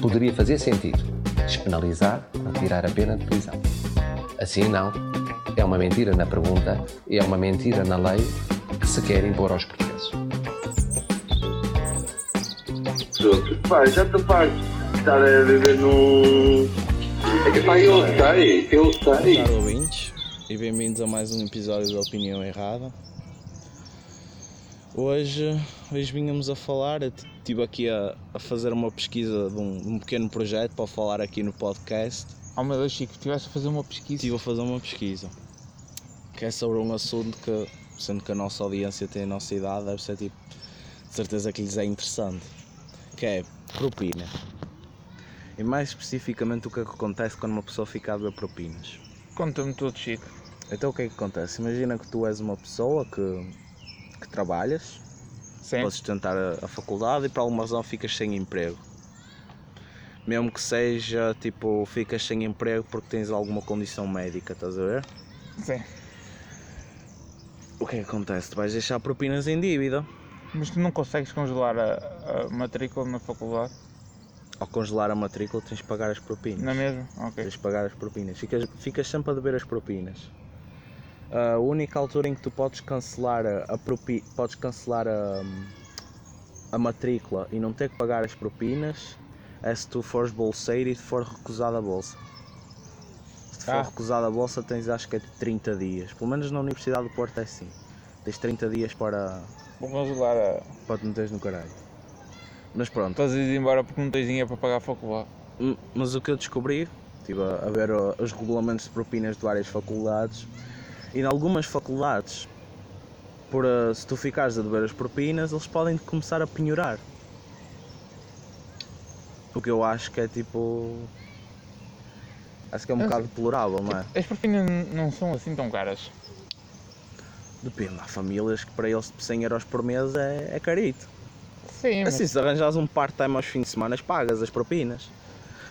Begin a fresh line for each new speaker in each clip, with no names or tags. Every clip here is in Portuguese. poderia fazer sentido despenalizar ou tirar a pena de prisão. Assim não, é uma mentira na pergunta e é uma mentira na lei que se quer impor aos portugueses.
Pronto, pá, já estou farto de estar a viver num... É que pá, eu sei, eu sei.
Olá, ouvintes, e bem-vindos a mais um episódio da Opinião Errada. Hoje, hoje vinhamos a falar, eu estive aqui a, a fazer uma pesquisa de um, de um pequeno projeto para falar aqui no podcast.
Oh meu Deus, Chico, estivesse a fazer uma pesquisa.
Estive a fazer uma pesquisa que é sobre um assunto que, sendo que a nossa audiência tem a nossa idade, deve ser tipo, de certeza que lhes é interessante, que é propina. E mais especificamente o que é que acontece quando uma pessoa fica a ver propinas.
Tipo, Conta-me tudo, Chico.
Então o que é que acontece? Imagina que tu és uma pessoa que, que trabalhas,
Sim.
podes tentar a, a faculdade e por alguma razão ficas sem emprego. Mesmo que seja tipo, ficas sem emprego porque tens alguma condição médica, estás a ver?
Sim.
O que é que acontece? Tu vais deixar propinas em dívida.
Mas tu não consegues congelar a, a matrícula na faculdade?
Ao congelar a matrícula tens de pagar as propinas.
Não é mesmo? Ok.
Tens de pagar as propinas. Ficas, ficas sempre a dever as propinas. A única altura em que tu podes cancelar a, a propi, podes cancelar a, a matrícula e não ter que pagar as propinas é se tu fores bolseiro e te for recusada a bolsa. Se te for
Ah.
recusada a bolsa tens acho que é 30 dias. Pelo menos na Universidade do Porto é assim. Tens 30 dias para,
Vou congelar a.
para te meteres no caralho. Mas pronto.
Estás a ir embora porque não tens dinheiro para pagar a faculdade.
Hum, Mas o que eu descobri, estive a a ver ó, os regulamentos de propinas de várias faculdades, e em algumas faculdades, por, ah, se tu ficares a dever as propinas, eles podem começar a penhorar. O que eu acho que é tipo. Acho que é um
Eu não
bocado deplorável, não é?
As propinas n- não são assim tão caras.
Depende, há famílias que para eles 100 euros por mês é, é carito.
É Sim, mas.
Assim, se arranjares um part-time aos fins de semana, pagas as propinas.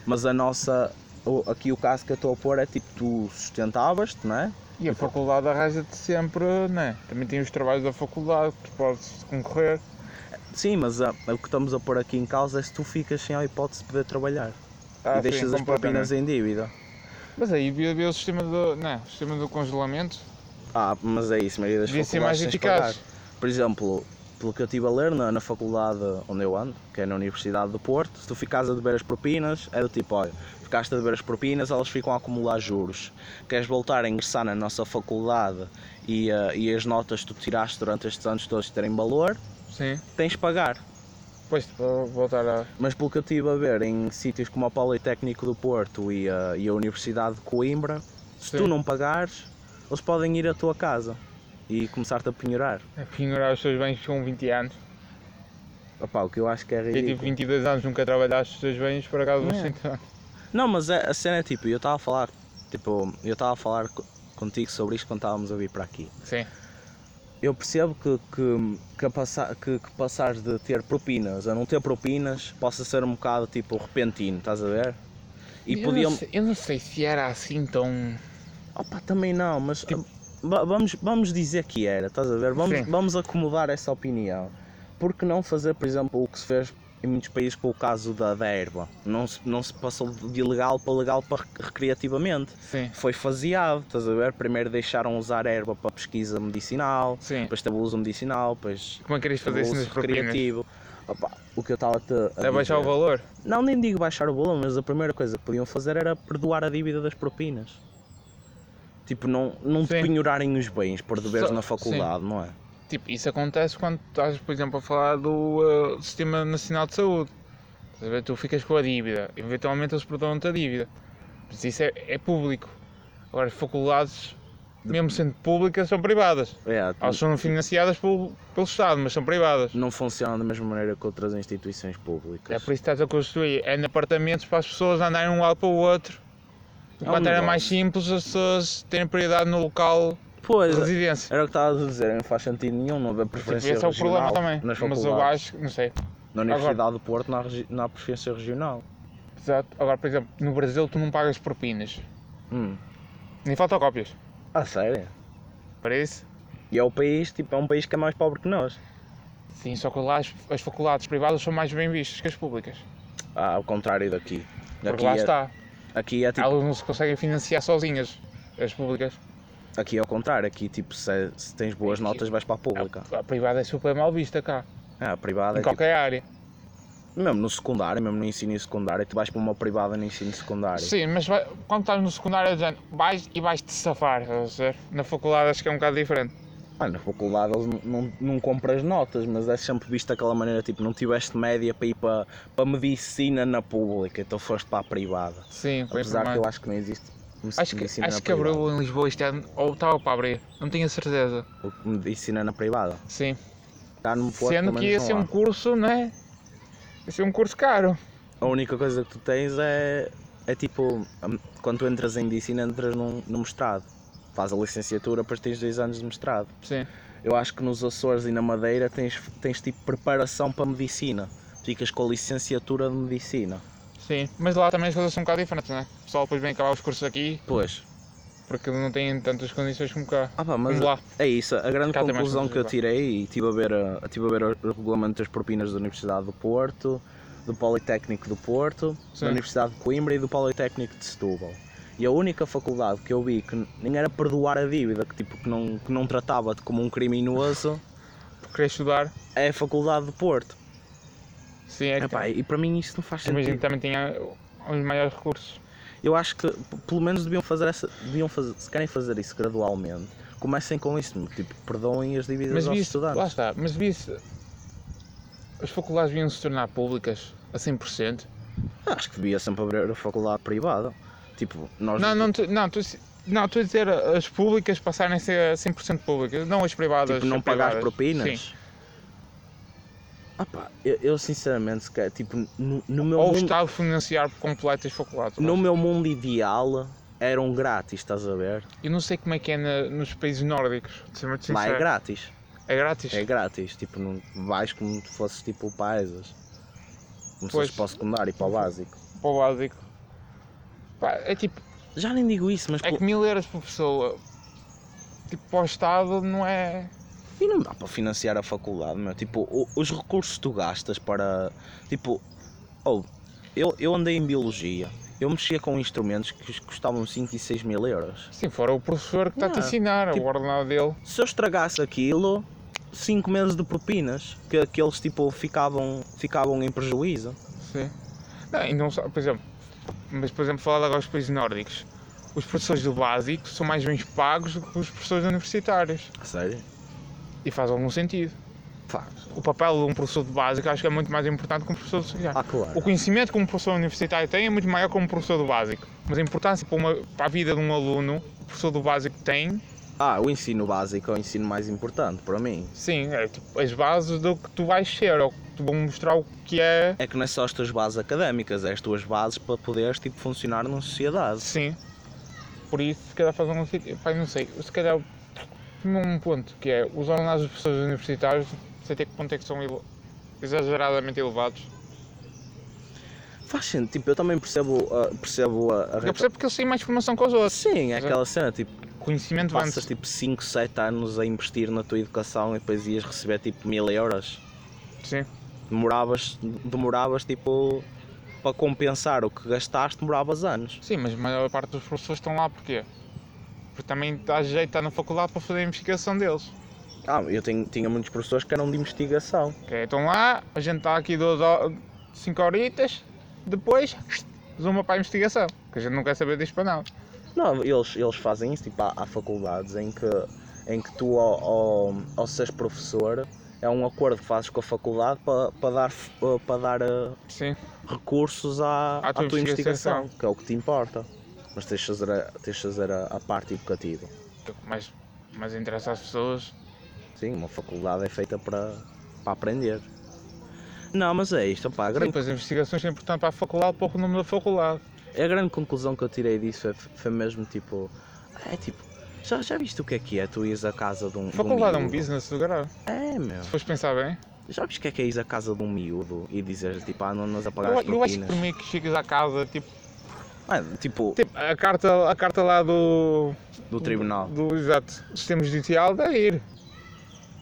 Mas a nossa. o- Aqui o caso que eu estou a pôr é tipo, tu sustentavas-te, não é?
E a faculdade arranja-te sempre, né? Também tem os trabalhos da faculdade que tu podes concorrer.
Sim, mas ah, o que estamos a pôr aqui em causa é se tu ficas sem a hipótese de poder trabalhar
Ah,
e deixas
sim,
as propinas
completamente.
em dívida.
Mas aí devia haver o sistema do. Né? O sistema do congelamento.
Ah, mas é isso, a maioria das
Devia ser mais
faculdades tens de
eficaz.
pagar. Por exemplo, pelo que eu estive a ler na, na faculdade onde eu ando, que é na Universidade do Porto, se tu ficares a dever as propinas, é do tipo, olha, ficaste a dever as propinas, elas ficam a acumular juros. Queres voltar a ingressar na nossa faculdade e, ah, e as notas que tu tiraste durante estes anos todos terem valor,
Sim.
tens de pagar.
Depois vou voltar a.
Mas pelo que eu estive a ver em sítios como o Politécnico do Porto e a, e a Universidade de Coimbra, se
Sim.
tu não pagares, eles podem ir à tua casa e começar-te a penhorar.
a penhorar É os teus bens com 20 anos.
Opá, o que eu acho que é
Eu tive
ridículo.
22 anos, nunca trabalhaste os teus bens, por acaso
Não é?
você então.
Não, mas é- a cena é tipo, eu estava a falar, tipo, eu estava a falar co- contigo sobre isto quando estávamos a vir para aqui.
Sim.
Eu percebo que, que, que, a passa, que, que passar de ter propinas a não ter propinas possa ser um bocado tipo repentino, estás a ver? E
eu,
podiam,
não sei, eu não sei se era assim tão.
Opa, também não, mas ah, va- vamos, vamos dizer que era, estás a ver? Vamos,
Tipo Sim.
vamos acomodar essa opinião. Por que não fazer, por exemplo, o que se fez em muitos países com o caso da, da erva? Não se, não se passou de ilegal para legal para rec- recreativamente.
Sim.
Foi faseado, estás a ver? Primeiro deixaram usar erva para pesquisa medicinal,
Sim.
depois teve o uso medicinal, depois
Como é que querias
teve
fazer
o
isso nas
uso
propinas?
recreativo. Opa, o que eu estava a te. a
É baixar o
dizer-
valor?
Não, nem digo baixar o valor, mas a primeira coisa que podiam fazer era perdoar a dívida das propinas. Tipo, não, não te
Sim.
penhorarem os bens por deveres
Só-
na faculdade, não é?
Tipo, isso acontece quando estás, por exemplo, a falar do uh, Sistema Nacional de Saúde. Estás a ver? Tu ficas com a dívida. Eventualmente eles perdoam-te a dívida. Mas isso é, é público. Agora, as faculdades, mesmo sendo públicas, são privadas.
É, tu-
Elas são financiadas pelo, pelo Estado, mas são privadas.
não funciona da mesma maneira que outras instituições
É
públicas.
por isso que estás a construir é em apartamentos para as pessoas andarem de um lado para o outro. Enquanto era
um negócio.
mais simples as pessoas terem prioridade no local de
Pois, é.
residência.
era o que estava a dizer, não faz sentido nenhum, não haver
Tipo,
preferência
esse é o problema
regional
também.
nas
Mas
faculdades.
eu acho, não sei.
Na Universidade do Porto não há, regi- não há preferência regional.
Exato. Agora, por exemplo, no Brasil tu não pagas propinas,
Hum.
nem fotocópias.
Ah, sério?
Para isso?
E é o país, tipo, é um país que é mais pobre que nós.
Sim, só que lá as, as faculdades privadas são mais bem vistas que as públicas.
Ah, ao contrário daqui.
Porque
Aqui
lá
é,
está.
Aqui é tipo.
Elas não se conseguem financiar sozinhas, as públicas.
Aqui é ao contrário, aqui tipo, se, se tens boas
Aqui-
notas vais para a pública.
A, a privada é super mal vista cá,
Ah, a privada
em
é tipo,
qualquer área.
mesmo no secundário, mesmo no ensino secundário, tu vais para uma privada no ensino secundário.
Sim, mas vai- quando estás no secundário, é do género, vais e vais-te safar, estás a perceber? Na faculdade acho que é um bocado diferente.
Mano, Ah, na faculdade eles não, não, não compras notas, mas é sempre visto daquela maneira, tipo, não tiveste média para ir para, para medicina na pública, então foste para a privada.
Sim, foi
Apesar que
primeiro.
eu acho que não existe medicina
Acho que,
na
acho que
privada.
abriu em Lisboa este ano, ou estava para abrir, não tenho a certeza.
Medicina na privada. Tá
Sim.
Está no Porto,
Sendo
mas
que ia
não
ser
há.
um curso, né? Ia ser um curso caro.
A única coisa que tu tens é, é tipo, hum, quando tu entras em medicina, entras num, num mestrado. Faz a licenciatura, depois tens dois anos de mestrado.
Sim.
Eu acho que nos Açores e na Madeira tens, tens tipo preparação para medicina. Ficas com a licenciatura de medicina.
Sim. Mas lá também as coisas são um bocado diferentes, né? O pessoal depois vem acabar os cursos aqui
Pois.
porque não têm tantas condições como cá.
Ah pá, mas
Vamos lá.
é isso. A grande
Cá tem mais
conclusão
coisas,
que eu
vá.
tirei, e estive a ver, a- estive a ver o regulamento das propinas da Universidade do Porto, do Politécnico do Porto,
Sim.
da Universidade de Coimbra e do Politécnico de Setúbal. E a única faculdade que eu vi que n- nem era perdoar a dívida, que tipo que não, que não tratava-te como um criminoso,
Por querer estudar.
é a Faculdade do Porto.
Sim, é que
Epá, e para mim isso não faz
imagino que
sentido.
também tinha os maiores recursos.
Eu acho que p- pelo menos deviam fazer essa. Deviam fazer, se querem fazer isso gradualmente, comecem com isso, tipo, perdoem as dívidas
Mas
aos
devia-se,
estudantes.
lá está, mas devia-se, as faculdades deviam se tornar públicas a 100%.
Acho que devia sempre abrir a faculdade privada. Tipo, nós.
Não, não, tu- não, tu, não, estou a dizer as públicas passarem a ser 100% públicas, não as privadas.
tipo, não
as
pagar
privadas.
propinas.
é Sim.
Ah pá, eu, eu sinceramente, se calhar, tipo, no, no meu
Ou o
mundo,
Estado financiar por completo as faculdades.
no meu mundo ideal eram grátis, estás a ver?
Eu não sei como é que é na- nos países nórdicos, de ser muito
Lá é
sincero.
grátis.
É grátis?
É grátis. Tipo, não vais como se fosses tipo paisas. Como se
Pois.
fosses para o secundário e para o básico.
Para o básico. Pá, é tipo,
Já nem digo isso, mas.
é
pô,
que mil euros por pessoa, tipo, para o Estado não é...
E não dá para financiar a faculdade, meu. Tipo, o- os recursos que tu gastas para. Tipo, oh, eu, eu andei em biologia, eu mexia com instrumentos que os- custavam 5 e 6 mil euros.
Sim, fora o professor que está-te a
Não,
ensinar,
tipo-
o ordenado dele.
Se eu estragasse aquilo, 5 meses de propinas, que, que eles tipo ficavam, ficavam em prejuízo.
Sim. Não, e não só, por exemplo, mas por exemplo, falando agora dos países nórdicos, os professores do básico são mais bem pagos do que os professores universitários.
Sério?
E faz algum sentido.
Faz.
O papel de um professor de básico acho que é muito mais importante que um professor de secundário.
Ah, claro.
O conhecimento que um professor universitário tem é muito maior que um professor do básico. Mas a importância para, uma- para a vida de um aluno, o professor do básico tem,
Ah, o ensino básico é o ensino mais importante para mim.
sim, é tipo, as bases do que tu vais ser, ou que te vão mostrar o que é.
É que não é só as tuas bases académicas, é as tuas bases para poderes tipo, funcionar numa sociedade.
Sim. Por isso, se calhar faz algum sentido. Pai, não sei. Se calhar, um ponto, que é os ordenados dos professores universitários, não sei até que ponto é que são ele- exageradamente elevados.
Faz sentido, tipo, eu também percebo, ah, percebo a, a
Eu percebo porque eles têm mais formação que os outros.
Sim, é
Exato.
aquela cena, tipo,
Conhecimento
passas
antes.
tipo 5, 7 anos a investir na tua educação e depois ias receber tipo mil euros.
Sim.
Demoravas, demoravas tipo, para compensar o que gastaste, demoravas anos.
Sim, mas a maior parte dos professores estão lá porquê? Porque também dá jeito estar na faculdade para fazer a investigação deles.
Ah, eu tenho, tinha muitos professores que eram de investigação.
Que é, estão lá, a gente está aqui 5 horitas, depois zuma para a investigação. Que a gente não quer saber disto para nada.
Não, eles, eles fazem isso, tipo, há, há faculdades em que, em que tu, ao, ao, ao seres professor, é um acordo que fazes com a faculdade para, para dar, f- eh, para dar eh,
Sim.
recursos à,
À
à
tua
tua,
investigação.
investigação, que é o que te importa. Mas tens de fazer a, tens de fazer a, a parte educativa.
O que mais, mais interessa às pessoas
Sim, uma faculdade é feita para, para aprender. Não, mas é isto, pá, a,
Sim,
grande,
pois as investigações são importantes para a faculdade, para o nome da faculdade.
a grande conclusão que eu tirei disso é- foi mesmo tipo. É tipo, já, já viste o que é que é? Tu ires à casa de um.
A
de
faculdade é um
miúdo?
business do caralho.
É, meu.
Se fores pensar bem,
Já viste o que é que é ires à casa de um miúdo e dizeres tipo, ah, não nos apagar
eu,
as
eu acho que
propinas?
primeiro que chegas à casa, tipo,
Mano, tipo,
tipo, a, carta, a carta lá do.
do tribunal.
Do, exato, sistema judicial, deve ir.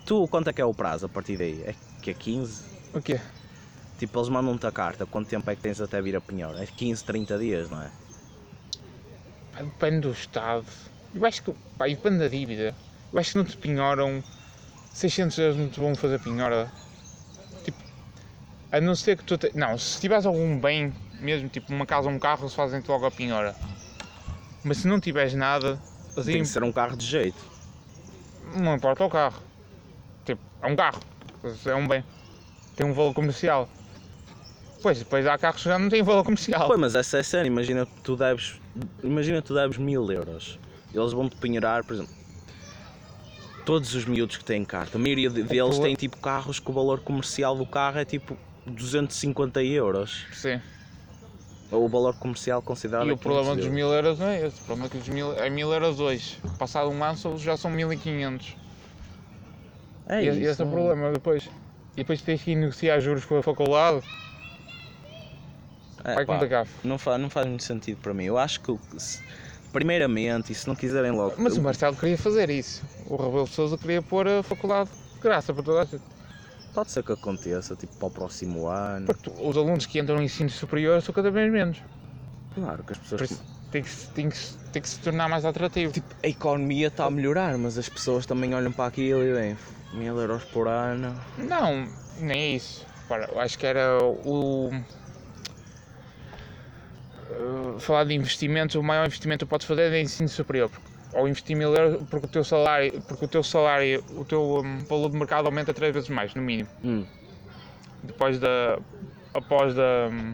Tu, quanto é que é o prazo a partir daí? É que é 15?
O quê?
Tipo, eles mandam-te a carta, quanto tempo é que tens até vir a penhor? É 15, 30 dias, não é?
Pá, Depende do estado. Eu acho que, pá, e depende da dívida. Eu acho que não te penhoram. 600 euros não te vão fazer penhora. Tipo, a não ser que tu. Te... Não, se tiveres algum bem, mesmo tipo uma casa ou um carro, eles fazem-te logo a penhora. Mas se não tiveres nada, assim,
Tem que ser um carro de jeito.
não importa o carro. Tipo, é um carro. É um bem. Tem um valor comercial. Pois, depois há carros que já não têm valor comercial.
Pô, mas essa é sério, imagina que tu deves. Imagina que tu deves mil euros. Eles vão-te penhorar, por exemplo. Todos os miúdos que têm carta, a maioria de- deles
problema-
têm tipo carros que o valor comercial do carro é tipo 250 euros.
Sim.
Ou o valor comercial considerado.
E
é
o
500
problema dos
euros.
mil euros não é esse. O problema é que os mil, é mil euros hoje. Passado um ano só- já são 1500.
É
e
isso,
esse é o
não-
problema depois. E depois tens que ir negociar juros com a faculdade.
É,
vai
pá,
complicado.
não, faz, não faz muito sentido para mim. Eu acho que, se- primeiramente, e se não quiserem logo.
Mas o Marcelo queria fazer isso. O Rebelo de Souza queria pôr a faculdade de graça para toda a
Hum.
gente.
Pode ser que aconteça, tipo, para o próximo ano.
Porque tu- os alunos que entram no ensino superior são cada vez menos.
Claro que as pessoas.
Por isso tem que, se- tem que, se- tem que se tornar mais atrativo.
Tipo, a economia está a melhorar, mas as pessoas também olham para aquilo e bem, mil euros por ano.
Não, nem é isso. Para, eu acho que era o. Uh, falar de investimento, o maior investimento que podes fazer é em ensino superior. porque- Ou investir mil euros porque o teu salário, porque o teu salário, o teu um, valor de mercado aumenta três vezes mais, no mínimo.
Hum.
Depois da. após da. hum,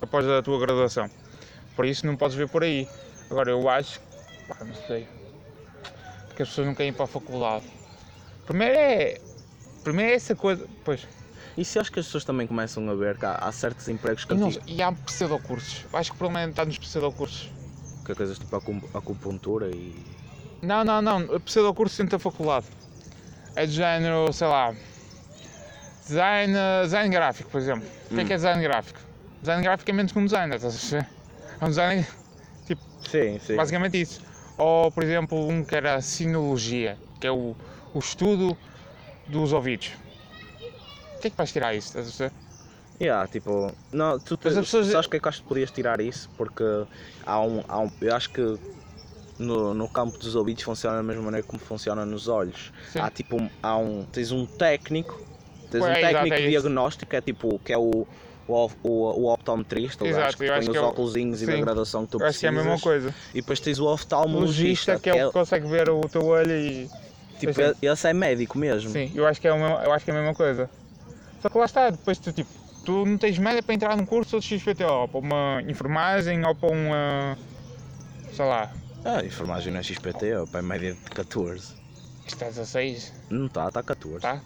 após da tua graduação. Por isso não podes ver por aí. Agora eu acho. pá, não sei. Porque as pessoas não querem ir para a faculdade. Primeiro é. Primeiro é essa coisa. Pois.
E se acho que as pessoas também começam a ver que há, há certos empregos que,
E, não,
antigo-
e há pseudocursos. Eu Acho que o problema é estar nos pseudocursos.
que há coisas tipo acum- acupuntura e.
Não, não, não. Pseudocurso dentro da faculdade. É do género, sei lá. Design, eh, design gráfico, por exemplo. O que é que é design gráfico? Design gráfico é menos que um designer, estás a perceber? É um design,
Sim, sim.
basicamente isso. Ou, por exemplo, um que era sinologia, que é o, o estudo dos ouvidos. O que é que vais tirar isso? Estás a perceber?
Yeah, tipo, não, tu, tu
Mas as pessoas-
sabes porque é que eu acho que podias tirar isso? Porque há um. Há um eu acho que no, no campo dos ouvidos funciona da mesma maneira como funciona nos olhos.
Sim.
Há tipo um, há um. Tens um técnico. Tens
Pois
um
é, exato,
técnico
é
de
isso.
diagnóstico, é tipo, que é o, o, o, o optometrista, o gajo
Exato,
que
eu
põe
acho
os
que é o-
óculosinhos e da
sim.
graduação que tu
Eu acho que é a mesma
precisas.
coisa.
E depois tens o
O logista,
oftalmologista,
que é o que consegue ver o teu olho e.
tipo,
Sim.
esse é médico mesmo.
Sim, eu acho que é a mesma, eu acho que é a mesma coisa. Só que lá está, depois tu tipo, tu não tens média para entrar num curso de XPTO, ou para uma enfermagem ou para uma. sei lá,
Ah, enfermagem na XPT, opa, é média de 14.
isto está 16,
Não está, está 14.
Tá.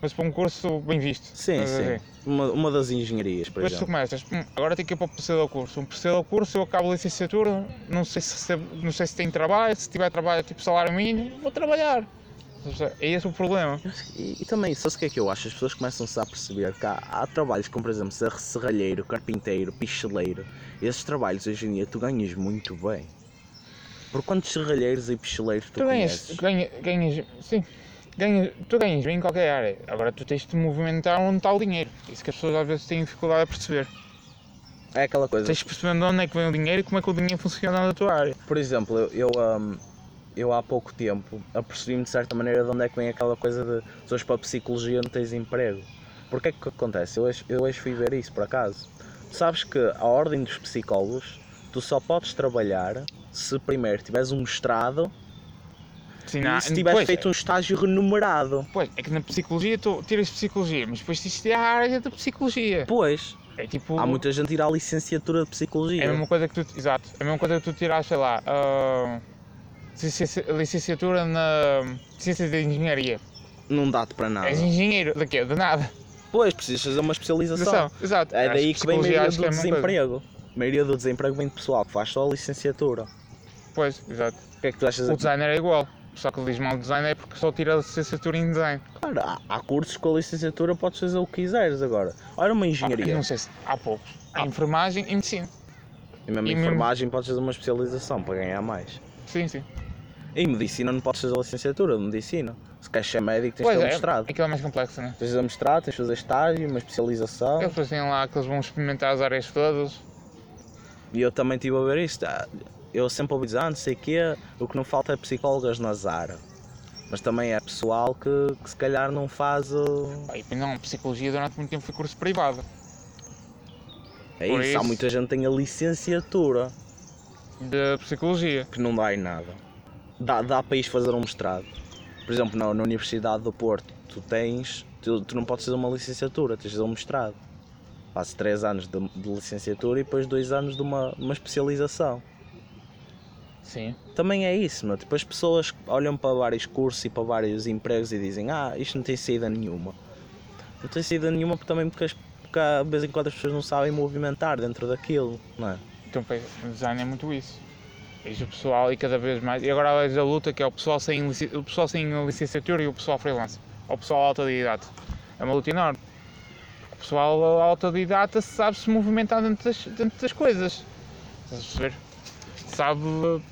mas para um curso bem visto.
Sim, é.
estás a ver?
sim. Uma, uma das engenharias, por
Depois tu
exemplo.
começas, "Hum, agora tenho que ir para o terceiro curso. Um terceiro curso eu acabo a licenciatura, não sei se recebo- não sei se tem trabalho, se tiver trabalho tipo salário mínimo, vou trabalhar. É esse o problema.
E, e também, sabes o que é que eu acho? As pessoas começam-se a perceber que há, há trabalhos como, por exemplo, ser serralheiro, carpinteiro, picheleiro. Esses trabalhos hoje em dia tu ganhas muito bem. Por quantos serralheiros e picheleiros tu,
Tu ganhas,
conheces?
ganha- ganhas, sim, ganhas, tu ganhas bem em qualquer área. Agora tu tens de te movimentar onde está o dinheiro. Isso que as pessoas às vezes têm dificuldade a perceber.
É aquela coisa.
Tens de perceber de onde é que vem o dinheiro e como é que o dinheiro funciona na tua área.
Por exemplo, eu, eu, hum, eu há pouco tempo apercebi-me de certa maneira de onde é que vem aquela coisa de se hoje para a psicologia não tens emprego. Porque é que acontece? Eu hoje, eu hoje fui ver isso por acaso. Sabes que a ordem dos psicólogos, tu só podes trabalhar se primeiro tiveres um mestrado
Sim,
e
na-
se tiveres
pois,
feito um estágio renumerado.
Pois, é que na psicologia tu tiras psicologia, mas depois tens de tirar a área da psicologia.
Pois,
É tipo.
há muita gente ir à licenciatura de psicologia.
É a mesma coisa que tu. Exato. É a mesma coisa que tu tiras, sei lá. ah, licenci- licenciatura na ciência da engenharia.
Não dá-te para nada.
És engenheiro, de quê? De nada.
Pois, precisas fazer uma especialização.
Exato.
É
Acho
daí que vem a
psicologia
maioria
acho
do
que é a mesma coisa.
desemprego. A maioria do desemprego vem de pessoal que faz só a licenciatura.
Pois, exato.
O que é que tu achas?
O designer é igual, só que diz mal design é porque só tira a licenciatura em design.
Claro, há, há cursos com a licenciatura, podes fazer o que quiseres agora. Olha uma
Ah,
engenharia.
Não sei se há poucos. Há enfermagem e medicina.
E mesmo
e
em
mesmo-
enfermagem, podes fazer uma especialização para ganhar mais.
Sim, sim.
E medicina não podes fazer licenciatura de medicina. Se queres ser médico tens de
Pois
ter um
é,
mestrado.
aquilo é mais complexo, né?
Tens de mostrar, tens de fazer estágio, uma especialização.
Eles depois têm lá aqueles vão experimentar as áreas todas.
E eu também estive a ver isto. Ah, Eu sempre ouvi dizer, ah, não sei o quê, o que não falta é psicólogas na Zara. Mas também é pessoal que, que se calhar não faz o.
Pá, e não, psicologia durante muito tempo foi curso privado.
É
Por
isso, há
isso.
muita gente que tem a licenciatura
De psicologia.
que não dá em nada. Dá, dá para ir fazer um mestrado. Por exemplo, na, na Universidade do Porto, tu tens. Tu, tu não podes fazer uma licenciatura, tens de fazer um mestrado. Faço 3 anos de, de licenciatura e depois 2 anos de uma, uma especialização.
Sim.
Também é isso, meu. Tipo, as pessoas olham para vários cursos e para vários empregos e dizem: Ah, isto não tem saída nenhuma. Não tem saída nenhuma porque também porque, as, porque há- de vez em quando as pessoas não sabem movimentar dentro daquilo, não é?
Então, pois, o design é muito isso. Vejo o pessoal e cada vez mais. E agora vejo a luta que é o pessoal sem, lici- o pessoal sem licenciatura e o pessoal freelance. Ou o pessoal autodidata. É uma luta enorme. Porque o pessoal autodidata sabe se movimentar dentro das, dentro das coisas. Estás a perceber? Sabe.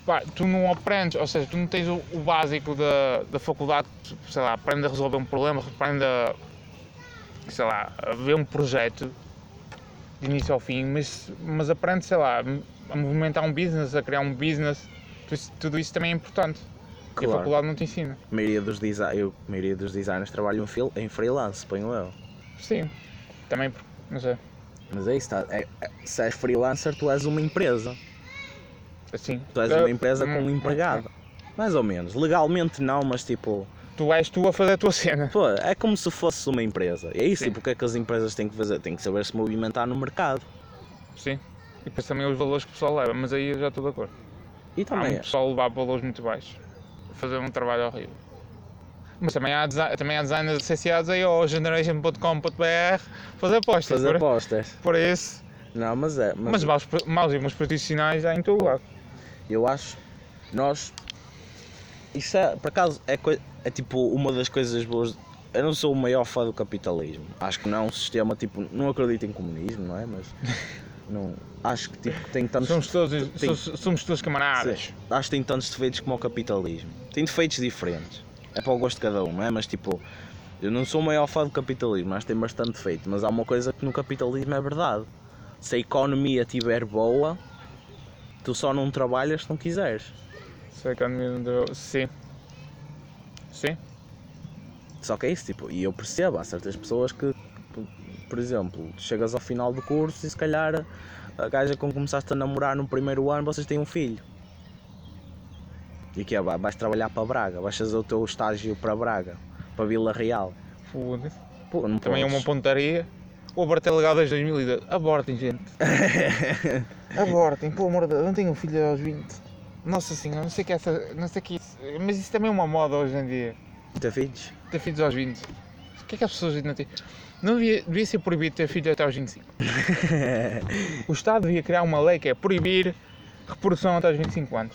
pá, tu não aprendes, ou seja, tu não tens o, o básico da, da faculdade, sei lá, aprende a resolver um problema, aprende a. sei lá, a ver um projeto de início ao fim, mas, mas aprende, sei lá, a movimentar um business, a criar um business, tudo isso, tudo isso também é importante. E a
Claro.
faculdade não te ensina.
A maioria dos, desi- eu- a maioria dos designers trabalham em fil- em freelance, ponho eu.
Sim. Também, por- não sei,
Mas é isso, tá? É- é- se és freelancer, tu és uma empresa.
assim.
Tu és
eh,
uma empresa com
hum,
um empregado. Mais ou menos. Legalmente não, mas tipo.
Tu és tu a fazer a tua cena.
Pô, é como se fosse uma empresa. É isso,
Sim.
tipo, o que é que as empresas têm que fazer? Têm que saber se movimentar no mercado.
Sim. E depois também os valores que o pessoal leva, mas aí eu já estou de acordo.
E
Há
também é
muito pessoal a levar valores muito baixos, fazer um trabalho horrível. Mas também há, desi- também há designers associados aí ao generation.com.br fazer apostas.
fazer
por,
apostas.
por isso.
Não, mas é. Mas,
Mas maus, maus e bons profissionais há em todo lado.
eu acho. Nós. Isso é, por acaso, é, coi- é tipo uma das coisas boas. Eu não sou o maior fã do capitalismo. Acho que não é um sistema tipo. Não acredito em comunismo, não é? Mas. não, acho que tipo, tem tantos.
Somos todos,
tem-
so- somos todos camaradas.
Sim. Acho que tem tantos defeitos como o capitalismo. Tem defeitos diferentes. É para o gosto de cada um, não é? Mas tipo, eu não sou o maior fã do capitalismo, acho que tem bastante defeito. Mas há uma coisa que no capitalismo é verdade. Se a economia estiver boa, tu só não trabalhas se não quiseres.
Se a economia não deu- Sim. Sim.
Só que é isso, tipo, e eu percebo, há certas pessoas que, p- por exemplo, chegas ao final do curso e se calhar a gaja com que começaste a namorar no primeiro ano, vocês têm um filho. E que é, vai- vais trabalhar para Braga, vais fazer o teu estágio para Braga, para Vila Real.
Foda-se.
Pô, não
Também é uma
podes. pontaria.
pontaria. O aborto é legal desde 2012. Abortem, gente. Abortem, pelo amor de Deus. Não tenho um filho aos 20. Nossa senhora, não sei que é essa. Não sei que é isso. Mas isso também é uma moda hoje em dia.
Ter filhos?
Ter filhos aos 20. O que é que as pessoas ainda têm? Não devia, devia ser proibido ter filhos até aos 25. O Estado devia criar uma lei que é proibir reprodução até aos 25 anos.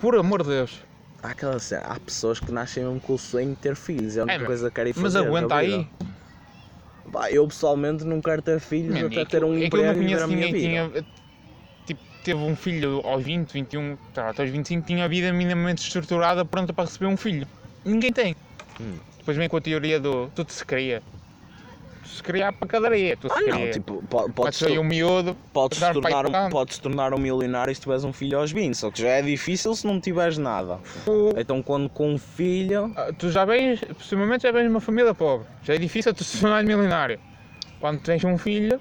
Por amor de Deus.
há, aquela cena, há pessoas que nascem mesmo com o sonho de ter filhos, é a única
mas-
coisa que querem fazer.
Mas
na
aguenta
vida.
aí.
Pá, eu pessoalmente não quero ter filhos,
Mano,
eu quero
é que-
ter um
é que eu
emprego
não
e viver
conheço
a minha
ninguém que
vida.
tinha. eh, Tipo, teve um filho aos 20, 21, tá, até aos 25, tinha a vida minimamente estruturada pronta para receber um filho. Ninguém tem.
Hum.
Depois vem com a teoria do tudo se cria. Tu se cria para pacadaria, tu se
Ah não,
cria.
tipo, po-
Mas
podes
foi um miúdo.
Podes
Dar
tornar,
pai
um,
tanto.
podes tornar um milionário se tiveres um filho aos 20, só que já é difícil se não tiveres nada.
tu-
Então quando com um filho.
ah, Tu já vens, possivelmente já vens de uma família pobre. Já é difícil tu se tornar milionário. Quando tens um filho,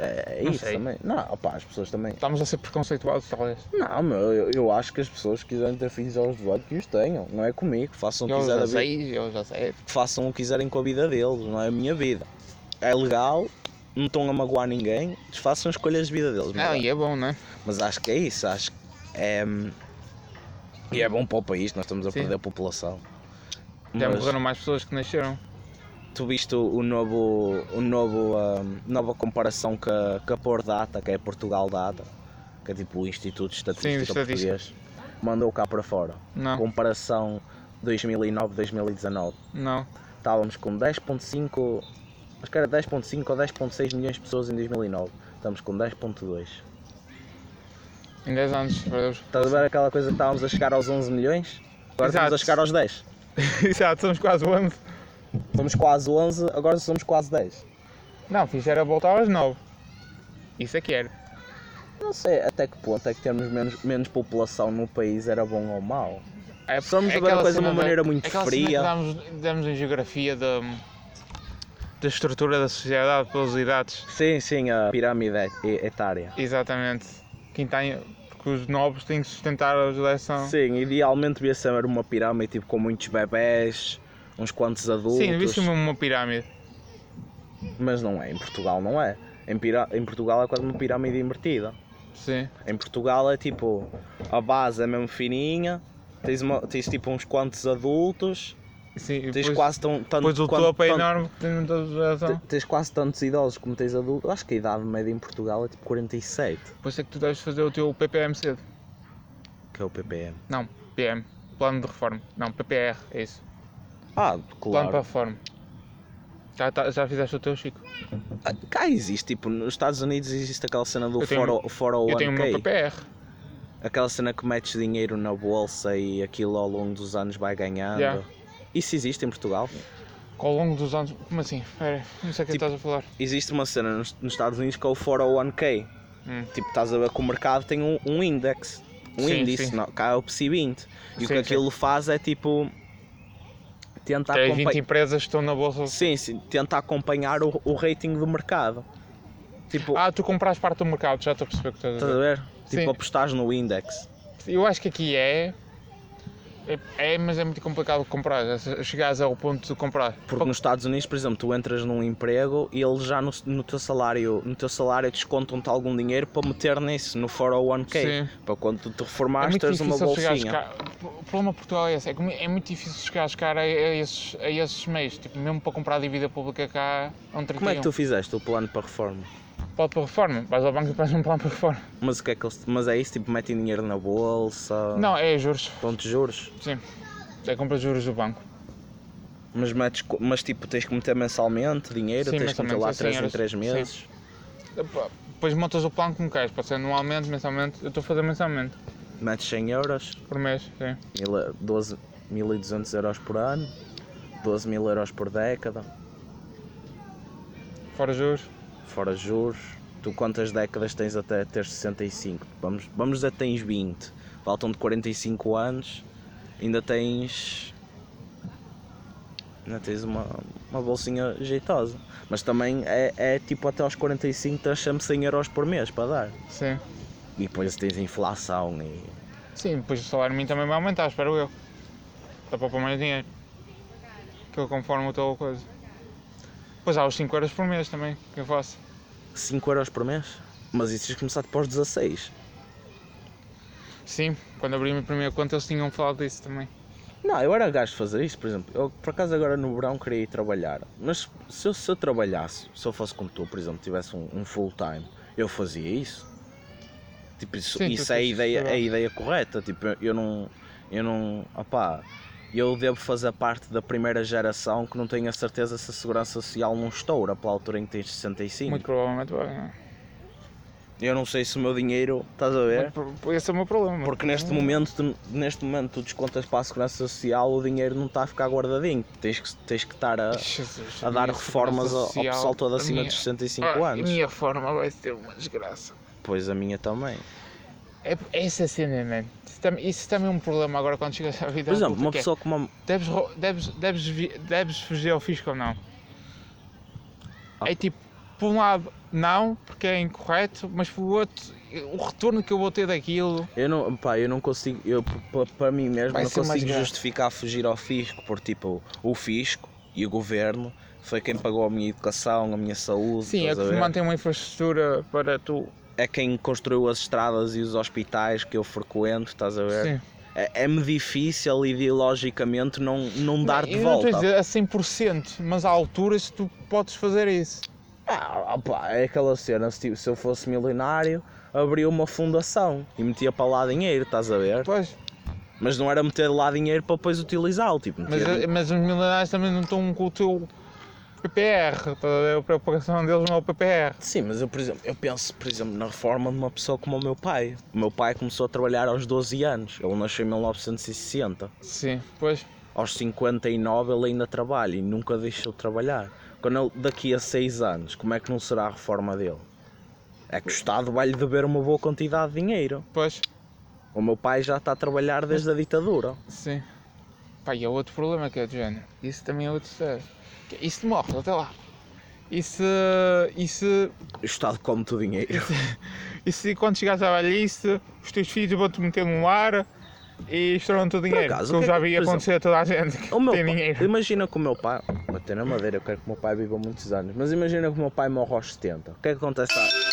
É, é
Não
isso
sei.
também. Não, opá, as pessoas também.
estamos a ser preconceituados, talvez.
Não, meu, eu, eu acho que as pessoas que quiserem ter filhos aos 18 que os tenham. Não é comigo. Façam o que
Eu
quiserem,
já
da vida-
sei, eu já sei.
que façam o que quiserem com a vida deles, não é a minha vida. É legal, não estão a magoar ninguém, eles façam escolhas de vida deles.
Não,
mas-
e é bom, não é?
Mas acho que é isso, acho que é. E é bom para o país, nós estamos a
Sim.
perder a população.
Já
Mas-
morreram mais pessoas que nasceram.
Tu viste o o novo, o novo, ahm, nova comparação com a, com a Por Data, que é Portugal Data, que é tipo o Instituto de Estatística,
Sim, de Estatística.
Português, mandou cá para fora.
Não,
Comparação 2009-2019.
não.
Estávamos com 10.5, acho que era 10.5 ou 10.6 milhões de pessoas em 2009. Estamos com 10.2.
Em 10 anos, meu Deus.
Estás a ver aquela coisa que estávamos a chegar aos 11 milhões? Agora estamos
Exato.
a chegar aos 10.
Exato, somos quase 11.
Somos quase 11, agora somos quase 10.
Não, fiz era voltar aos 9. Isso é que era.
Não sei até que ponto é que termos menos, menos população no país era bom ou mau.
É,
Somos a ver a
aquela
coisa de uma
cena
maneira
da- é
muito
aquela
fria.
Cena que damos, damos em geografia da, da estrutura da sociedade pelas idades.
Sim, sim, a pirâmide et- etária.
Exatamente. Quem tem, porque os novos têm que sustentar a geração.
Sim, idealmente devia ser uma pirâmide tipo com muitos bebés, uns quantos adultos.
Sim, devia ser mesmo uma pirâmide.
Mas não é, em Portugal não é. Em, pira- em Portugal é quase uma pirâmide invertida.
Sim.
Em Portugal é tipo, a base é mesmo fininha, tens, uma- tens tipo uns quantos adultos,
Sim, e
tens
depois,
quase tão, tanto,
depois o
quanto-
topo é
tanto-
enorme que tem muita geração.
te- Tens quase tantos idosos como tens adultos. Acho que a idade média em Portugal é tipo 47,
Depois é que tu deves fazer o teu PPM cedo.
que é o PPM.
Não, PM. Plano de reforma. Não, PPR, é isso.
Ah,
Plano para a
claro.
reforma. Já, tá- já fizeste o teu, Chico?
Ah, Cá existe, tipo, nos Estados Unidos existe aquela cena do
Eu tenho-
401k.
Eu tenho o meu
é?
PPR.
Aquela cena que metes dinheiro na bolsa e aquilo ao longo dos anos vai ganhando.
Yeah.
Isso existe em Portugal?
Ao longo dos anos. Como assim? Espera, não sei o que
Tipo-
estás a falar.
Existe uma cena nos, nos Estados Unidos que é o 401k.
Hum.
Tipo, estás a ver que o mercado tem um, um index. Um
Sim,
índice,
sim.
não, cá é o PSI 20. E
Sim,
o que
sim.
aquilo faz é tipo. Tentar
Tem 20
acompanhar.
empresas que é estão na bolsa.
Sim, sim, tenta acompanhar o, o rating do mercado. Tipo,
Ah, tu compraste parte do mercado, já estou a perceber o que estás a
estás a
dizer.
ver?
Sim.
Tipo, apostares no index.
Eu acho que aqui é. É, é, mas é muito complicado comprar. é se- Chegares ao ponto de comprar.
Porque nos Estados Unidos, por exemplo, tu entras num emprego e eles já no, no teu salário, no teu salário descontam-te algum dinheiro para meter nisso, no 401k.
Sim.
Para quando tu te
é
reformares,
muito
teres uma
difícil chegares
bolsinha.
cá. O problema de Portugal é esse. É, que é muito difícil chegares cá a, a esses, a esses meios. Tipo, mesmo para comprar dívida pública cá, é um 31.
Como é que tu fizeste o plano para a reforma?
Pode para reforma. Vais ao banco e pedes um plano para reforma.
Mas, o que é, que eles- mas é isso? Tipo, metem dinheiro na bolsa,
Não, é juros.
pontos de juros.
Sim. É compra de juros do banco.
Mas, metes, co- mas tipo, tens que meter mensalmente dinheiro,
Sim,
tens que meter
mensalmente,
lá
assim,
3 em
era-
3
sim.
meses.
Epá, Depois montas o plano como queres. Pode ser anualmente, mensalmente. Eu estou a fazer mensalmente.
Metes 100 euros,
Por mês, sim.
mil- 12 12.200 euros por ano, 12 mil euros por década.
Fora juros.
fora juros. Tu quantas décadas tens até ter 65? Vamos, vamos dizer que tens 20. Faltam de 45 anos. Ainda tens. Ainda tens uma, uma bolsinha jeitosa. Mas também é, é tipo até aos 45 tens sempre 100 euros por mês para dar.
Sim.
E depois tens inflação e.
Sim, depois o salário mínimo também vai aumentar, espero eu. Dá para pôr mais dinheiro. Que eu conforme a tua coisa. Pois há os 5 euros por mês também, que eu faço.
5 euros por mês? Mas isso tens começado para os 16.
Sim, quando abri a minha primeira conta eles tinham falado disso também.
Não, eu era gajo de fazer isto, por exemplo. Eu, por acaso, agora no verão queria ir trabalhar. Mas se eu, se eu trabalhasse, se eu fosse como tu, por exemplo, tivesse um, um full time, eu fazia isso. Tipo, isso,
Sim, tu
isso é, a
fazes,
ideia, é a
verdade.
ideia correta. Tipo, eu, eu não. Eu não. Opá, eu devo fazer parte da primeira geração que não tenho a certeza se a segurança social não estoura pela altura em que tens 65.
Muito provavelmente vai. não é?
Eu não sei se o meu dinheiro. Estás a ver?
Muito pro- Esse é o meu problema.
Porque neste momento, tu- neste momento tu descontas para a segurança social, o dinheiro não está a ficar guardadinho. Tens que, tens que estar a,
Jesus,
a dar
minha
reformas ao, ao
segurança
pessoal todo
social,
acima
a minha-
dos 65
Ah,
anos.
A minha reforma vai ser uma desgraça.
Pois a minha também.
É, essa cena, mano. Isso tam- Isso também é um problema agora quando chegas à vida.
Por exemplo,
adulta,
uma
que é,
pessoa com uma.
Deves, ro- deves, deves, vi- deves fugir ao fisco ou não?
Ah.
É tipo, por um lado, não, porque é incorreto, mas por outro, o retorno que eu vou ter daquilo.
Eu não, pá, eu não consigo. Eu, p- p- para mim mesmo,
Vai
não
ser mais
consigo
grave.
justificar fugir ao fisco, porque tipo, o fisco e o governo foi quem pagou a minha educação, a minha saúde.
Sim, é
estás
que
a ver?
mantém uma infraestrutura para tu.
é quem construiu as estradas e os hospitais que eu frequento, estás a ver?
Sim.
É- É-me difícil ideologicamente não, não dar de
eu
volta.
Não estou a dizer a 100%, mas há alturas que tu podes fazer isso.
Ah, opá, é aquela cena, se, tipo, se eu fosse milionário, abria uma fundação e metia para lá dinheiro, estás a ver?
Pois,
Mas não era meter lá dinheiro para depois utilizá-lo, tipo,
mas, é-
metia-
mas os milionários também não estão com o teu. PPR, tá a ver? a preocupação deles não é o PPR.
Sim, mas eu, por exemplo, eu penso, por exemplo, na reforma de uma pessoa como o meu pai. O meu pai começou a trabalhar aos 12 anos. Ele nasceu em 1960.
Sim, pois.
Aos 59 ele ainda trabalha e nunca deixou de trabalhar. Quando ele, daqui a 6 anos, como é que não será a reforma dele? É que o Estado vai-lhe dever uma boa quantidade de dinheiro.
Pois,
O meu pai já está a trabalhar desde a ditadura.
sim. Pá, e há outro problema que é do género. Isso também é outro sério. Que é, E se morre, até lá. E se. E se.
O Estado come-te o dinheiro.
E se quando chegares à velhice, os teus filhos vão-te meter num lar e estouram-te o dinheiro.
acaso,
que
o que
eu
é
já
que-
vi
por
acontecer a toda a gente que
O meu
tem
pai-
dinheiro.
imagina que o meu pai. Bater na madeira, eu quero que o meu pai viva muitos anos. Mas imagina que o meu pai morre aos 70. O que é que acontece? À...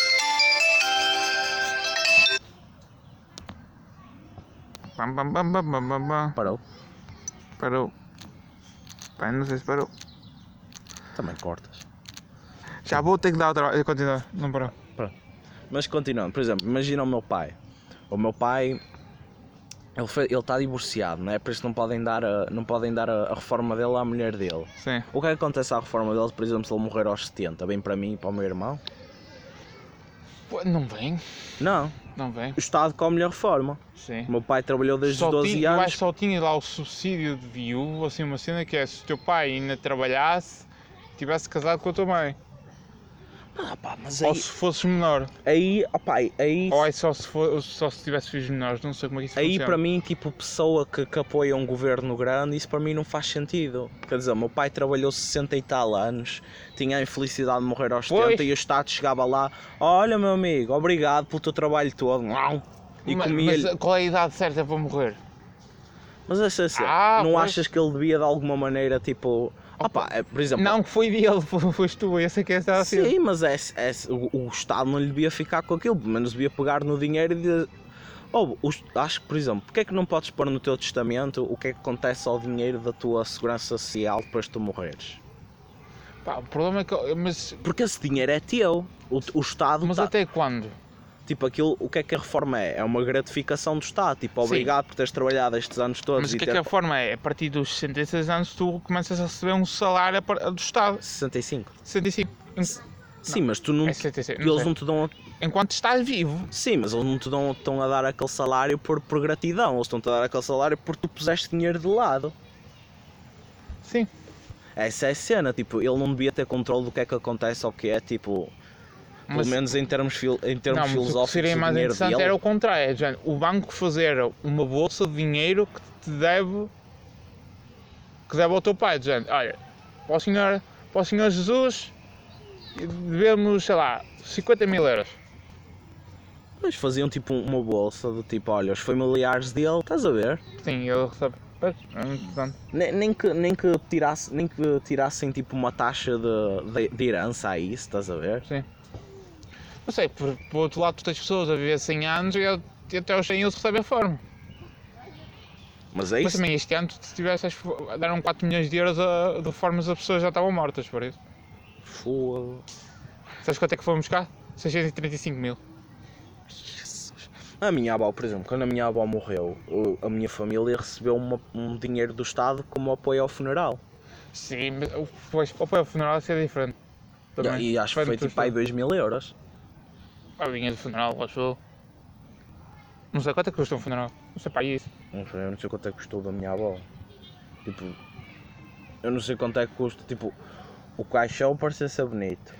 Pam, pam, pam, pam, pam, pam, pam.
Parou?
Parou. Pai, não sei se parou.
Também cortas.
Já vou ter que dar outra. Continua, não parou.
Mas continuando, por exemplo, imagina o meu pai. O meu pai. Ele, foi, ele está divorciado, não é? Por isso não podem dar, a, não podem dar a, a reforma dele à mulher dele.
Sim.
O que é que acontece à reforma dele, por exemplo, se ele morrer aos 70? Vem para mim e para o meu irmão?
Pô, não vem?
Não.
Não vem.
O Estado come-lhe a reforma.
Sim.
O meu pai trabalhou desde
Só
os 12
tinha, eu
anos.
acho que só tinha lá o subsídio de viúvo, assim, uma cena que é se o teu pai ainda trabalhasse, tivesse casado com a tua mãe.
Ah, pá, mas
Ou
aí.
se fosses menor.
Aí, opá, aí.
Ou é só se, for, só se tivesse filhos menores, não sei como é que isso
Aí
funciona.
para mim, tipo, pessoa que, que apoia um governo grande, isso para mim não faz sentido. Quer dizer, o meu pai trabalhou 60 e tal anos, tinha a infelicidade de morrer aos
Pois.
70 e o Estado chegava lá, olha meu amigo, obrigado pelo teu trabalho todo. E
mas,
comia-lhe.
mas
Mas,
qual é a idade certa para morrer?
essa cena,
Ah,
é não
pois.
achas que ele devia de alguma maneira, tipo. Opa, é, por exemplo.
Não, que foi dele, fo- foste tu, eu sei que essa é a cena.
Sim, mas é, é, o, o Estado não lhe devia ficar com aquilo, pelo menos devia pegar no dinheiro e dizer. Ou, os- acho que, por exemplo, porque é que não podes pôr no teu testamento o que é que acontece ao dinheiro da tua segurança social depois de tu morreres?
Pá, o problema é que. eu- Mas,
Porque esse dinheiro é teu. O, o Estado.
mas
tá-
até quando?
Tipo, aquilo, o que é que a reforma é? É uma gratificação do Estado. Tipo,
Sim.
obrigado por teres trabalhado estes anos todos
Mas o
e
que é que
ter-
a forma é? A partir dos 66 anos tu começas a receber um salário a par- do Estado.
65.
65.
Sim, mas tu não.
É 66. Não
eles
sei.
não te dão.
Enquanto estás vivo.
Sim, mas eles não te dão, estão a dar aquele salário por, por gratidão. Eles estão-te a dar aquele salário porque tu puseste dinheiro de lado.
Sim.
Essa é a cena, tipo, ele não devia ter controle do que é que acontece ao que é, tipo,
Mas-
pelo menos em termos, fil em termos
não, mas o que
filosóficos.
seria
o
mais
dinheiro
interessante
dele-
era o contrário. é do género, o banco fazer uma bolsa de dinheiro que te deve. que deve ao teu pai. do género, olha, para o senhor, para o senhor Jesus devemos, sei lá, 50 mil euros.
Mas faziam tipo uma bolsa do tipo, olha, os familiares dele, estás a ver?
Sim, ele recebe. Pois, é muito interessante.
Nem, nem que, nem, que tirasse, nem que tirassem tipo uma taxa de, de, de herança a isso, estás a ver?
Não sei, por, por outro lado, tu tens pessoas a viver 100 anos e e até aos 100 eles recebem a forma.
Mas é
Mas
isso.
também este ano, se tivesse, deram 4 milhões de euros a, de formas, as pessoas já estavam mortas por isso.
Foda.
Sabes quanto é que foram buscar? 635 mil.
A minha avó, por exemplo, quando a minha avó morreu, o- a minha família recebeu uma- um dinheiro do Estado como apoio ao funeral.
Sim, mas o- pois, o apoio funeral isso é diferente. Também.
E acho que foi
Depende
tipo aí
dos-
2 mil euros.
Ah, vinha do funeral, acho eu. Não sei quanto é que custa um funeral. Não sei para isso.
Não sei, eu não sei quanto é que custou da minha avó. Tipo, eu não sei quanto é que custa. Tipo, o caixão parecia ser bonito.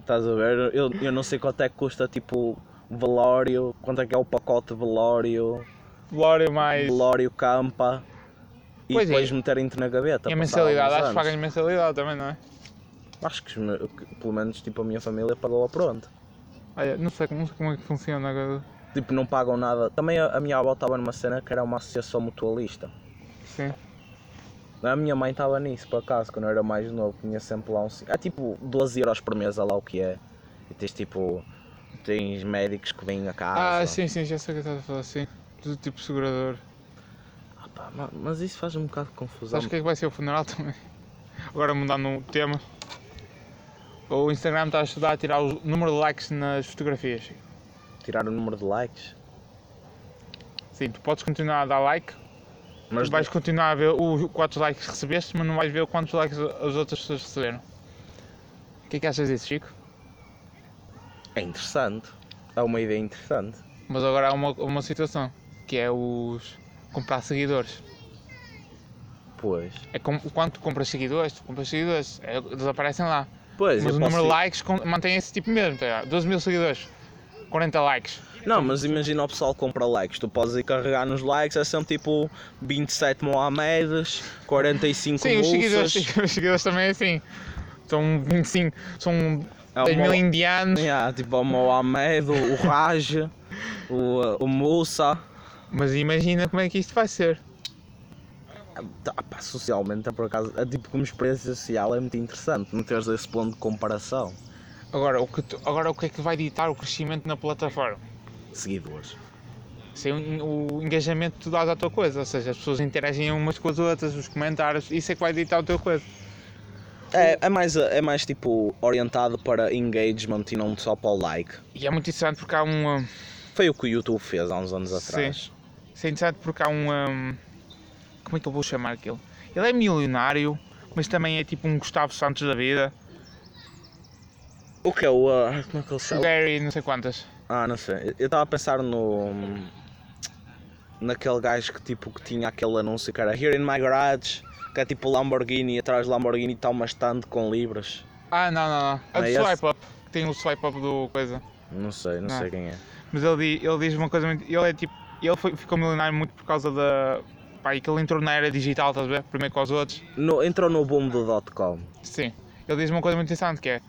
Estás a ver? Eu, eu não sei quanto é que custa, tipo, velório. Quanto é que é o pacote de velório?
Glória mais.
Velório campa. E
Pois é.
depois meterem-te na gaveta.
E a
passado
mensalidade,
alguns
acho que
anos.
pagas mensalidade também, não é?
Acho que, os me- que pelo menos tipo, a minha família pagou a pronto.
Olha, não sei, como- não sei como é que funciona agora.
Tipo, não pagam nada. Também a, a minha avó estava numa cena que era uma associação mutualista.
Sim.
A minha mãe estava nisso, por acaso, quando eu era mais novo, tinha sempre lá um... ci- É tipo 12 euros por mês, olha lá o que é. E tens tipo... Tens médicos que vêm a
Ah,
casa.
sim, sim, já sei o que estás a falar, sim. Do tipo segurador.
Ah, pá, ma- mas isso faz um bocado de confusão.
Sabes o que é que vai ser o funeral também? Agora mudando o tema. O Instagram está a estudar a tirar o número de likes nas fotografias.
Tirar o número de likes.
Sim, tu podes continuar a dar like,
Mas
vais continuar a ver os quantos likes recebeste, mas não vais ver quantos likes as outras pessoas receberam. O que é que achas disso, Chico?
é interessante. É uma ideia interessante.
Mas agora há uma, uma situação, que é os comprar seguidores.
Pois.
É com, quando tu compras seguidores, tu compras seguidores, é, eles aparecem lá.
Pois,
Mas
eu
o
posso
número de
ir-
likes con- mantém esse tipo mesmo, tá? ligado? 12 mil seguidores, 40 likes. é
Não, mas imagina o pessoal compra likes. Tu podes ir carregar nos likes, é sempre tipo 27 Mohamedes, 45
Sim, os seguidores,
Mussas.
os seguidores também é assim. São 25, são
É
10 mil um
uma-
indianos,
Yeah, tipo o Mohamed, o Raj, o, uh, o Moussa.
mas imagina como é que isto vai ser.
Ah, pá, socialmente, é por acaso, é tipo como experiência social é muito interessante. Não teres esse ponto de comparação.
Agora o, que tu- agora, o que é que vai ditar o crescimento na plataforma?
Seguidores.
Sem o, o engajamento que tu dás à tua coisa, ou seja, as pessoas interagem umas com as outras, os comentários, isso é que vai ditar a tua coisa.
É, é, mais, é mais tipo orientado para engagement e não só para o like.
E é muito interessante porque há um. hum,
Foi o que o YouTube fez há uns anos atrás.
Sim. Isso é interessante porque há um. hum, como é que eu vou chamar aquilo? Ele é milionário, mas também é tipo um Gustavo Santos da vida,
O que é o. ah, como é que ele se
o
chama?
Gary, não sei quantas.
Ah, não sei. Eu estava a pensar no. Naquele gajo que tipo que tinha aquele anúncio que era Here in my garage, que é tipo Lamborghini, e atrás do Lamborghini está uma stand com libras.
Ah, não, não, não. É
Não
do
é esse?
Swipe Up, que tem o Swipe Up do coisa.
Não sei, não,
Não.
sei quem é.
Mas ele, di- ele diz uma coisa muito. Ele é tipo. Ele foi- ficou milionário muito por causa da. Pá, e que ele entrou na era digital, estás a ver? Primeiro com os outros.
No- entrou no boom do dot .com.
Sim. Ele diz uma coisa muito interessante que é.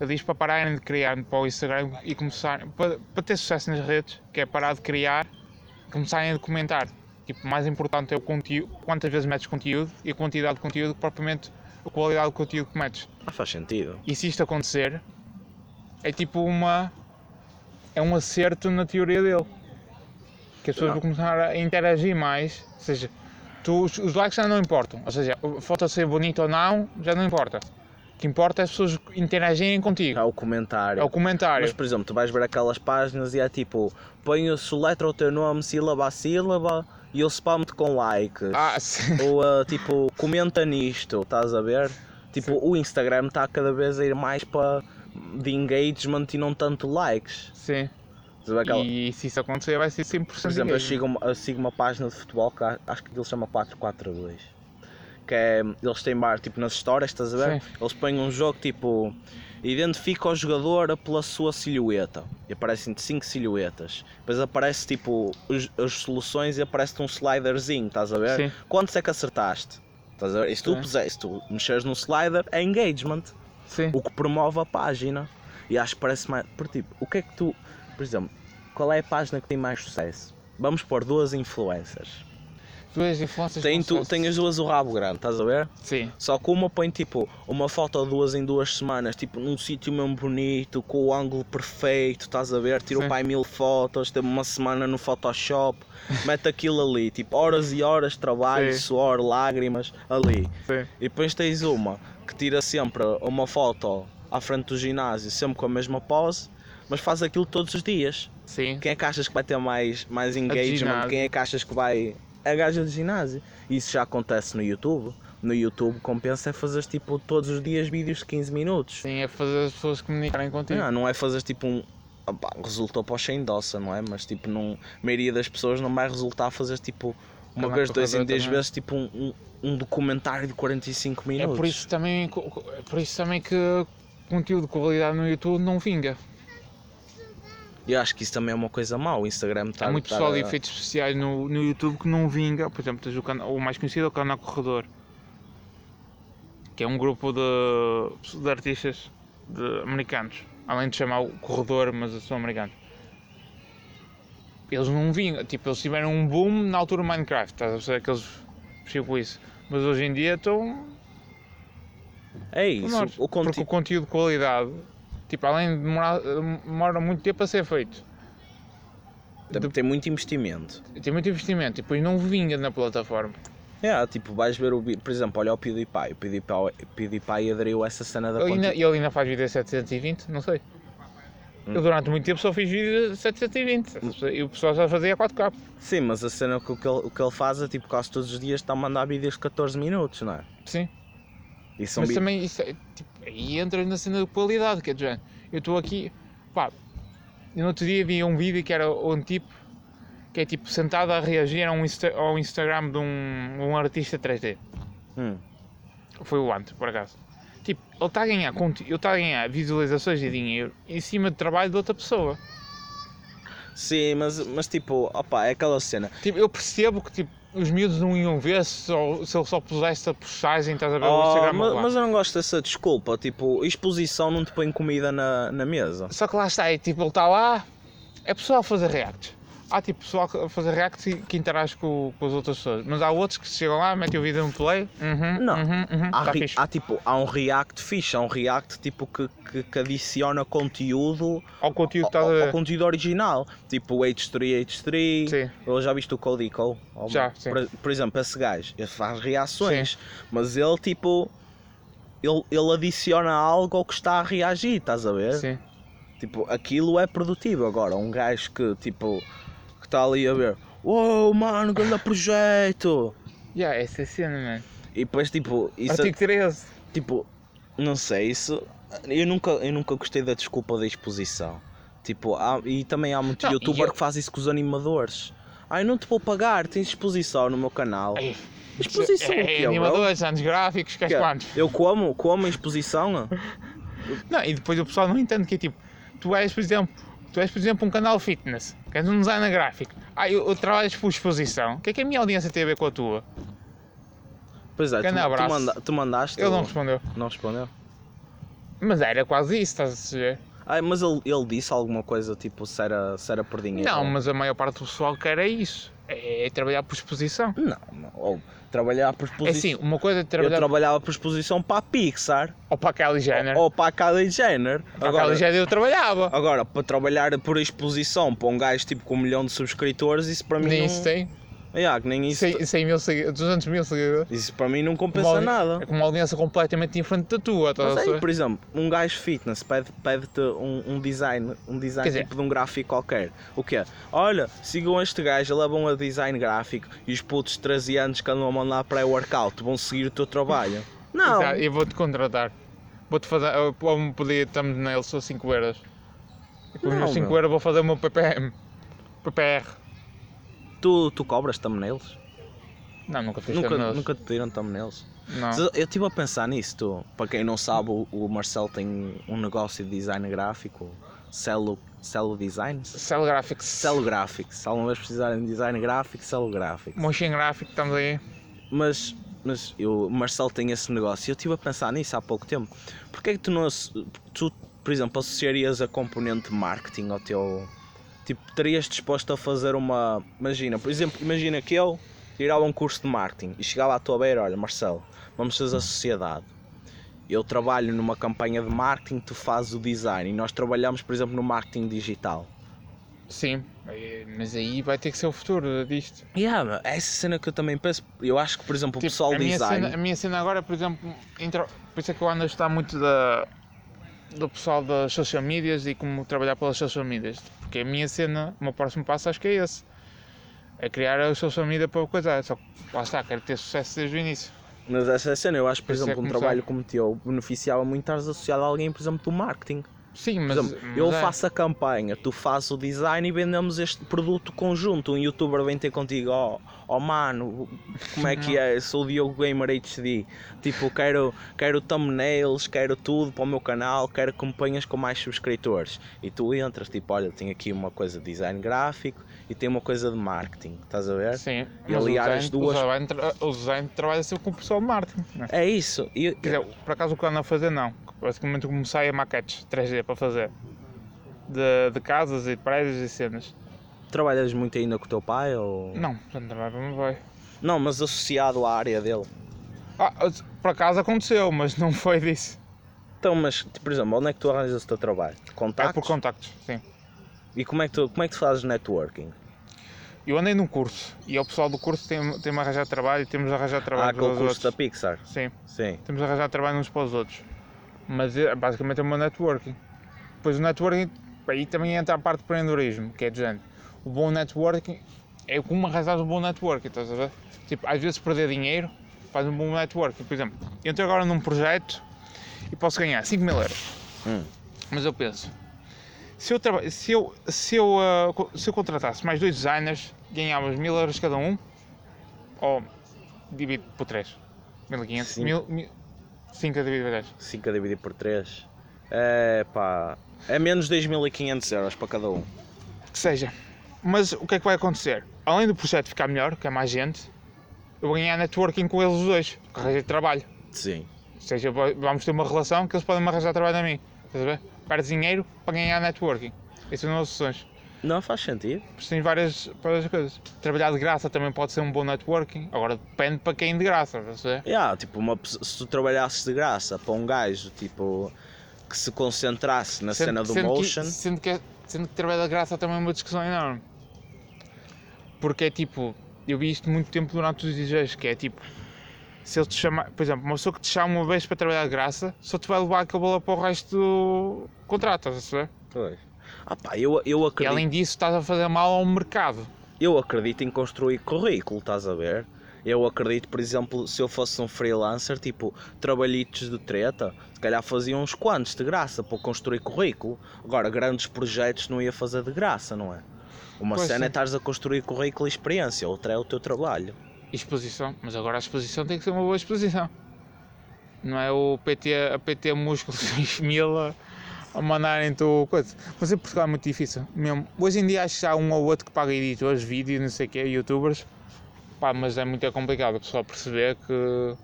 Ele diz para pararem de criar para o Instagram e começarem. Para, para ter sucesso nas redes, que é parar de criar e começarem a comentar. Tipo, o mais importante é o conteúdo, quantas vezes metes conteúdo e a quantidade de conteúdo que propriamente a qualidade do conteúdo que metes.
Ah, faz sentido.
E se isto acontecer, é tipo uma. É um acerto na teoria dele. Que as pessoas
Ah.
vão começar a interagir mais. Ou seja, tu- os, os likes já não importam. Ou seja, a foto ser bonita ou não, já não importa. O que importa é as pessoas interagirem
Há
contigo.
o comentário.
É o comentário.
Mas por exemplo, tu vais ver aquelas páginas e é tipo, põe o soletra o teu nome sílaba a sílaba e eu spam-te com likes.
Ah, sim.
Ou ah, tipo, comenta nisto, estás a ver? Tipo, o Instagram está cada vez a ir mais para de engagement e não tanto likes.
sim.
Estás a ver aquela-
E se isso acontecer, vai ser 100%
Por exemplo, eu
engagement.
sigo, uma- eu sigo uma página de futebol que a- acho que ele chama 442. Que é, eles têm bar, tipo, nas histórias, estás a ver? Eles põem um jogo tipo. Identifica o jogador pela sua silhueta. E aparecem-te 5 silhuetas. Depois aparece tipo os- as soluções e aparece-te um sliderzinho, estás a ver?
Sim.
Quantos é que acertaste? Estás a ver? E se tu,
Sim.
puser- se tu mexeres no slider, é engagement
Sim.
o que promove a página. E acho que parece mais. Por tipo, o que é que tu. Por exemplo, qual é a página que tem mais sucesso? Vamos pôr duas influencers.
Duas influências.
Tem, tu, tem as duas o rabo grande, estás a ver?
Sim.
Só que uma põe tipo uma foto ou duas em duas semanas, tipo num sítio mesmo bonito, com o ângulo perfeito, estás a ver? Tira
Sim.
o pai mil fotos, teve uma semana no Photoshop, mete aquilo ali, tipo horas e horas de trabalho,
Sim.
suor, lágrimas, ali.
Sim.
E depois tens uma que tira sempre uma foto à frente do ginásio, sempre com a mesma pose, mas faz aquilo todos os dias.
Sim.
Quem é que achas que vai ter mais, mais engagement?
ginásio.
Quem é que achas que vai. A gaja de ginásio. Isso já acontece no YouTube. No YouTube compensa é fazer tipo todos os dias vídeos de 15 minutos.
Sim, é fazer as pessoas comunicarem contigo.
Não, não é fazer tipo um. opá, resultou para o cheio doça, não é? Mas tipo, não, a maioria das pessoas não vai resultar fazer tipo uma
Uma
vez, dois em
corredora
dez
é também.
vezes, tipo um, um, um documentário de 45
É
minutos.
por isso também, co- co- é por isso também que conteúdo de qualidade no YouTube não vinga.
E Eu acho que isso também é uma coisa mau. O Instagram tá- está
Há É muito pessoal de efeitos especiais no, no YouTube que não vinga. Por exemplo, tens o, cana- o mais conhecido é o Canal Corredor, que é um grupo de, de artistas de- americanos. Além de chamar o Corredor, mas são americanos. Eles não vingam. Tipo, eles tiveram um boom na altura do Minecraft. Estás a perceber que eles mexeram com isso. Mas hoje em dia estão
É
Por
isso.
nós,
O
Porque o
conteúdo.
conteúdo de qualidade, tipo, além de demorar, demora muito tempo a ser feito,
Tem muito investimento.
tem muito investimento e depois não vinga na plataforma.
É, tipo, vais ver o. vi- Por exemplo, olha o PewDiePie. O PewDiePie, PewDiePie aderiu a essa cena da
Ele ainda,
conti-
ele ainda faz vídeo a 720, não sei. Eu durante muito tempo só fiz vídeos a
Hum.
720 e o pessoal já fazia a 4K.
Sim, mas a cena que o que ele, o que ele faz é tipo quase todos os dias está a mandar vídeos de 14 minutos, não é?
Sim.
E são
mas
vídeos.
também isso é, tipo, aí entras na cena de qualidade, que é do género. Eu estou aqui, pá, eu no outro dia vi um vídeo que era um tipo que é tipo sentado a reagir a um Insta- ao Instagram de um, um artista 3D.
Hum.
Foi o Ant, por acaso. Tipo, ele está a ganhar conte- ele está a ganhar visualizações e dinheiro em cima do trabalho de outra pessoa.
Sim, mas, mas tipo, opa, é aquela cena.
Tipo, eu percebo que tipo, os miúdos não iam ver se, só, se ele só pusesse a postagem, estás a ver o
Oh,
Instagram
mas,
do Ant.
mas eu não gosto dessa desculpa, tipo, exposição não te põe comida na, na mesa.
Só que lá está, é tipo, ele está lá, é pessoal a fazer reacts. Há tipo pessoal a fazer reacts e que interage com, com as outras pessoas, mas há outros que chegam lá, metem o vídeo no play, uhum,
Não.
uhum, uhum,
Há,
tá
re-
fixe.
há, tipo, há um react fixe, há um react tipo que, que, que adiciona conteúdo
Ao conteúdo que
ao,
estás a
ao
ver.
conteúdo original, tipo o H3, H3,
Sim,
Eu já viste o Cody Cole? Oh,
Já,
mano.
sim.
Por, por exemplo, esse gajo, ele faz reações, mas ele tipo. Ele, ele adiciona algo ao que está a reagir, estás a ver?
sim.
Tipo, aquilo é produtivo. Agora, um gajo que tipo. que está ali a ver. Uou, mano, grande projeto!
Yeah, essa é a cena, mano.
E depois tipo. Isso,
Artigo 13.
Tipo, não sei, isso. Eu nunca, eu nunca gostei da desculpa da exposição. Tipo, há- e também há muito
Não, e
youtuber
eu-
que faz isso com os animadores. Ai, não te vou pagar, tens exposição no meu canal.
Ai,
Exposição
é,
o quê,
é
bro?
animadores, anos gráficos, queres
Que é?
quantos?
Eu como, como a exposição.
Não, e depois o pessoal não entende que é tipo, tu és, por exemplo, tu és, por exemplo, um canal fitness, que és um designer gráfico. Ah, eu, eu trabalho por exposição. O que é que a minha audiência tem a ver com a tua?
Pois é, tu,
Grande
tu,
abraço.
manda- tu mandaste.
Ele não respondeu.
não respondeu.
Mas era quase isso, estás a perceber?
Ai, Ah, mas ele, ele disse alguma coisa tipo se era, se era por dinheiro.
Não, mas a maior parte do pessoal quer é isso. É, é trabalhar por exposição.
Não, não. Ou trabalhar por
É assim,
exposição.
uma coisa é
eu
trabalhar
trabalhava por exposição para a Pixar
ou para a Kylie Jenner.
ou para a Kylie Jenner.
Né? para a Kylie Jenner eu trabalhava.
Agora, para trabalhar por exposição para um gajo tipo com um milhão de subscritores, isso para mim
Nem
não...
isso tem.
Yeah, que nem isso...
100, 100 mil seguidores, 200 mil seguidores.
isso para mim não
Com
compensa
uma audi-
nada.
É com uma audiência completamente diferente da tua,
Mas
estás a
aí,
perceber?
por exemplo, um gajo fitness pede- pede-te um, um design, um design
Quer dizer-
tipo de um gráfico qualquer. O quê? Olha, sigam este gajo, ele é bom a design gráfico e os putos de 13 anos que andam a mandar pré-workout vão seguir o teu trabalho. Não!
Exato, eu vou-te contratar. Vou-te fazer. Eu vou me pedir thumbnail, sou 5 euros. E com os
Não,
meus 5
meu.
euros vou fazer o meu PPM. PPR.
Tu, tu cobras thumbnails?
Não, nunca fiz
Nunca,
thumbnails.
nunca te pediram thumbnails?
é Não.
Eu estive a pensar nisso, tu. Para quem não sabe, o, o Marcel tem um negócio de design gráfico, Celo, Celo Designs?
Cell Graphics.
Celo Graphics. Se alguma vez precisarem de design gráfico, Celo Graphics.
Motion Graphic, estamos aí.
Mas, mas eu, o Marcel tem esse negócio. Eu estive a pensar nisso há pouco tempo. Porquê é que tu não. asso- Tu, por exemplo, associarias a componente marketing ao teu. Tipo, estarias disposto a fazer uma. Imagina, por exemplo, imagina que eu tirava um curso de marketing e chegava à tua beira: olha, Marcel, vamos fazer a sociedade. Eu trabalho numa campanha de marketing, tu fazes o design e nós trabalhamos, por exemplo, no marketing digital.
Sim, eh, mas aí vai ter que ser o futuro disto.
Yeah, meu, é essa cena que eu também penso. Eu acho que, por exemplo, o
Tipo,
pessoal
a, minha
design.
cena, a minha cena agora, por exemplo, intro- por isso é que eu ando a gostar muito da, do pessoal das social medias e como trabalhar pelas social medias. Porque a minha cena, o meu próximo passo acho que é esse. É criar a social media para coisar. Só que lá está, quero ter sucesso desde o início.
Mas essa é a cena, eu acho, por
Isso é
exemplo, um
começar.
trabalho como o teu beneficiava muito estar associado a alguém, por exemplo, do marketing.
Sim,
Por
mas.
exemplo,
mas
eu
é.
faço a campanha, tu fazes o design e vendemos este produto conjunto. Um youtuber vem ter contigo, ó ó, mano, como é que é? Eu sou o Diogo Gamer HD. Tipo, quero, quero thumbnails, quero tudo para o meu canal, quero campanhas com mais subscritores. E tu entras, tipo, olha, tenho aqui uma coisa de design gráfico e tem uma coisa de marketing, estás a ver?
Sim,
E
mas o
aliar as
design-
duas-
O design, tra- o design trabalha sempre com o pessoal de marketing. né?
É isso. E,
Quer dizer, por acaso o que eu ando a fazer não. Basicamente comecei a maquetes 3D para fazer. De, de casas e de prédios e cenas.
trabalhas muito ainda com o teu pai ou...
Não, portanto também não vai.
Não, mas associado à área dele.
Ah, por acaso aconteceu, mas não foi disso.
Então, mas, tipo, por exemplo, onde é que tu arranjas o teu trabalho?
É por
Contactos?
contactos, sim.
E como é, que tu, como é que tu fazes networking?
Eu andei num curso e é o pessoal do curso tem- tem-me arranjado trabalho e temos arranjado
Há
trabalho
aquele
pelos
Ah, curso da
outros.
Pixar.
Sim,
Sim.
temos arranjado trabalho uns para os outros. Mas é, basicamente é o meu networking. Pois o networking Pá, aí também entra a parte de empreendedorismo, que é do género. O bom networking é como arrasar um bom networking, estás a ver? Tipo, às vezes perder dinheiro faz um bom networking. Por exemplo, eu entro agora num projeto e posso ganhar 5 mil euros.
Hum.
Mas eu penso, se eu, traba- se eu, se eu, ah, co- se eu contratasse mais dois designers, ganhavas mil euros cada um, ou divido por 3, 1500,
Sim.
5 a dividir por 3.
5 a dividir por 3. É pá. É menos 2.500 euros para cada um.
que seja. Mas o que é que vai acontecer? Além do projeto ficar melhor, que é mais gente, eu vou ganhar networking com eles os dois, que arranjei trabalho.
Sim.
Ou seja, va- vamos ter uma relação que eles podem me arranjar trabalho a mim. Estás a ver? Perdes dinheiro para ganhar networking. Essas são as sessões.
Não faz sentido.
Mas tem várias, várias coisas. Trabalhar de graça também pode ser um bom networking. Agora depende para quem de graça, estás a ver?
Yeah, tipo, uma, pe- se tu trabalhasses de graça para um gajo tipo, que se concentrasse na cena do motion.
Que, sendo, que, é- sendo que trabalho da graça também é uma discussão enorme. Porque é tipo, eu vi isto muito tempo durante os DJs, que é tipo, se ele te chamar, por exemplo, uma pessoa que te chama uma vez para trabalhar de graça, só te vai levar aquela bola para o resto do contrato, estás a perceber?
Pois. Ah pá, eu, eu,
E
acredito,
além disso, estás a fazer mal ao mercado.
eu acredito em construir currículo, estás a ver? Eu acredito, por exemplo, se eu fosse um freelancer, tipo, trabalhitos de treta, se calhar fazia uns quantos de graça para construir currículo. Agora, grandes projetos não ia fazer de graça, não é? Uma
Pois,
cena
sim.
é estares a construir currículo e experiência, outra é o teu trabalho.
Exposição, mas agora a exposição tem que ser uma boa exposição. Não é o PT, a PT Músculo 3000 a- a mandarem-te o coisa. Mas em Portugal é muito difícil, mesmo. Hoje em dia acho que já há um ou outro que paga editores, vídeo, não sei o quê, youtubers. Pá, mas é muito complicado o pessoal perceber que o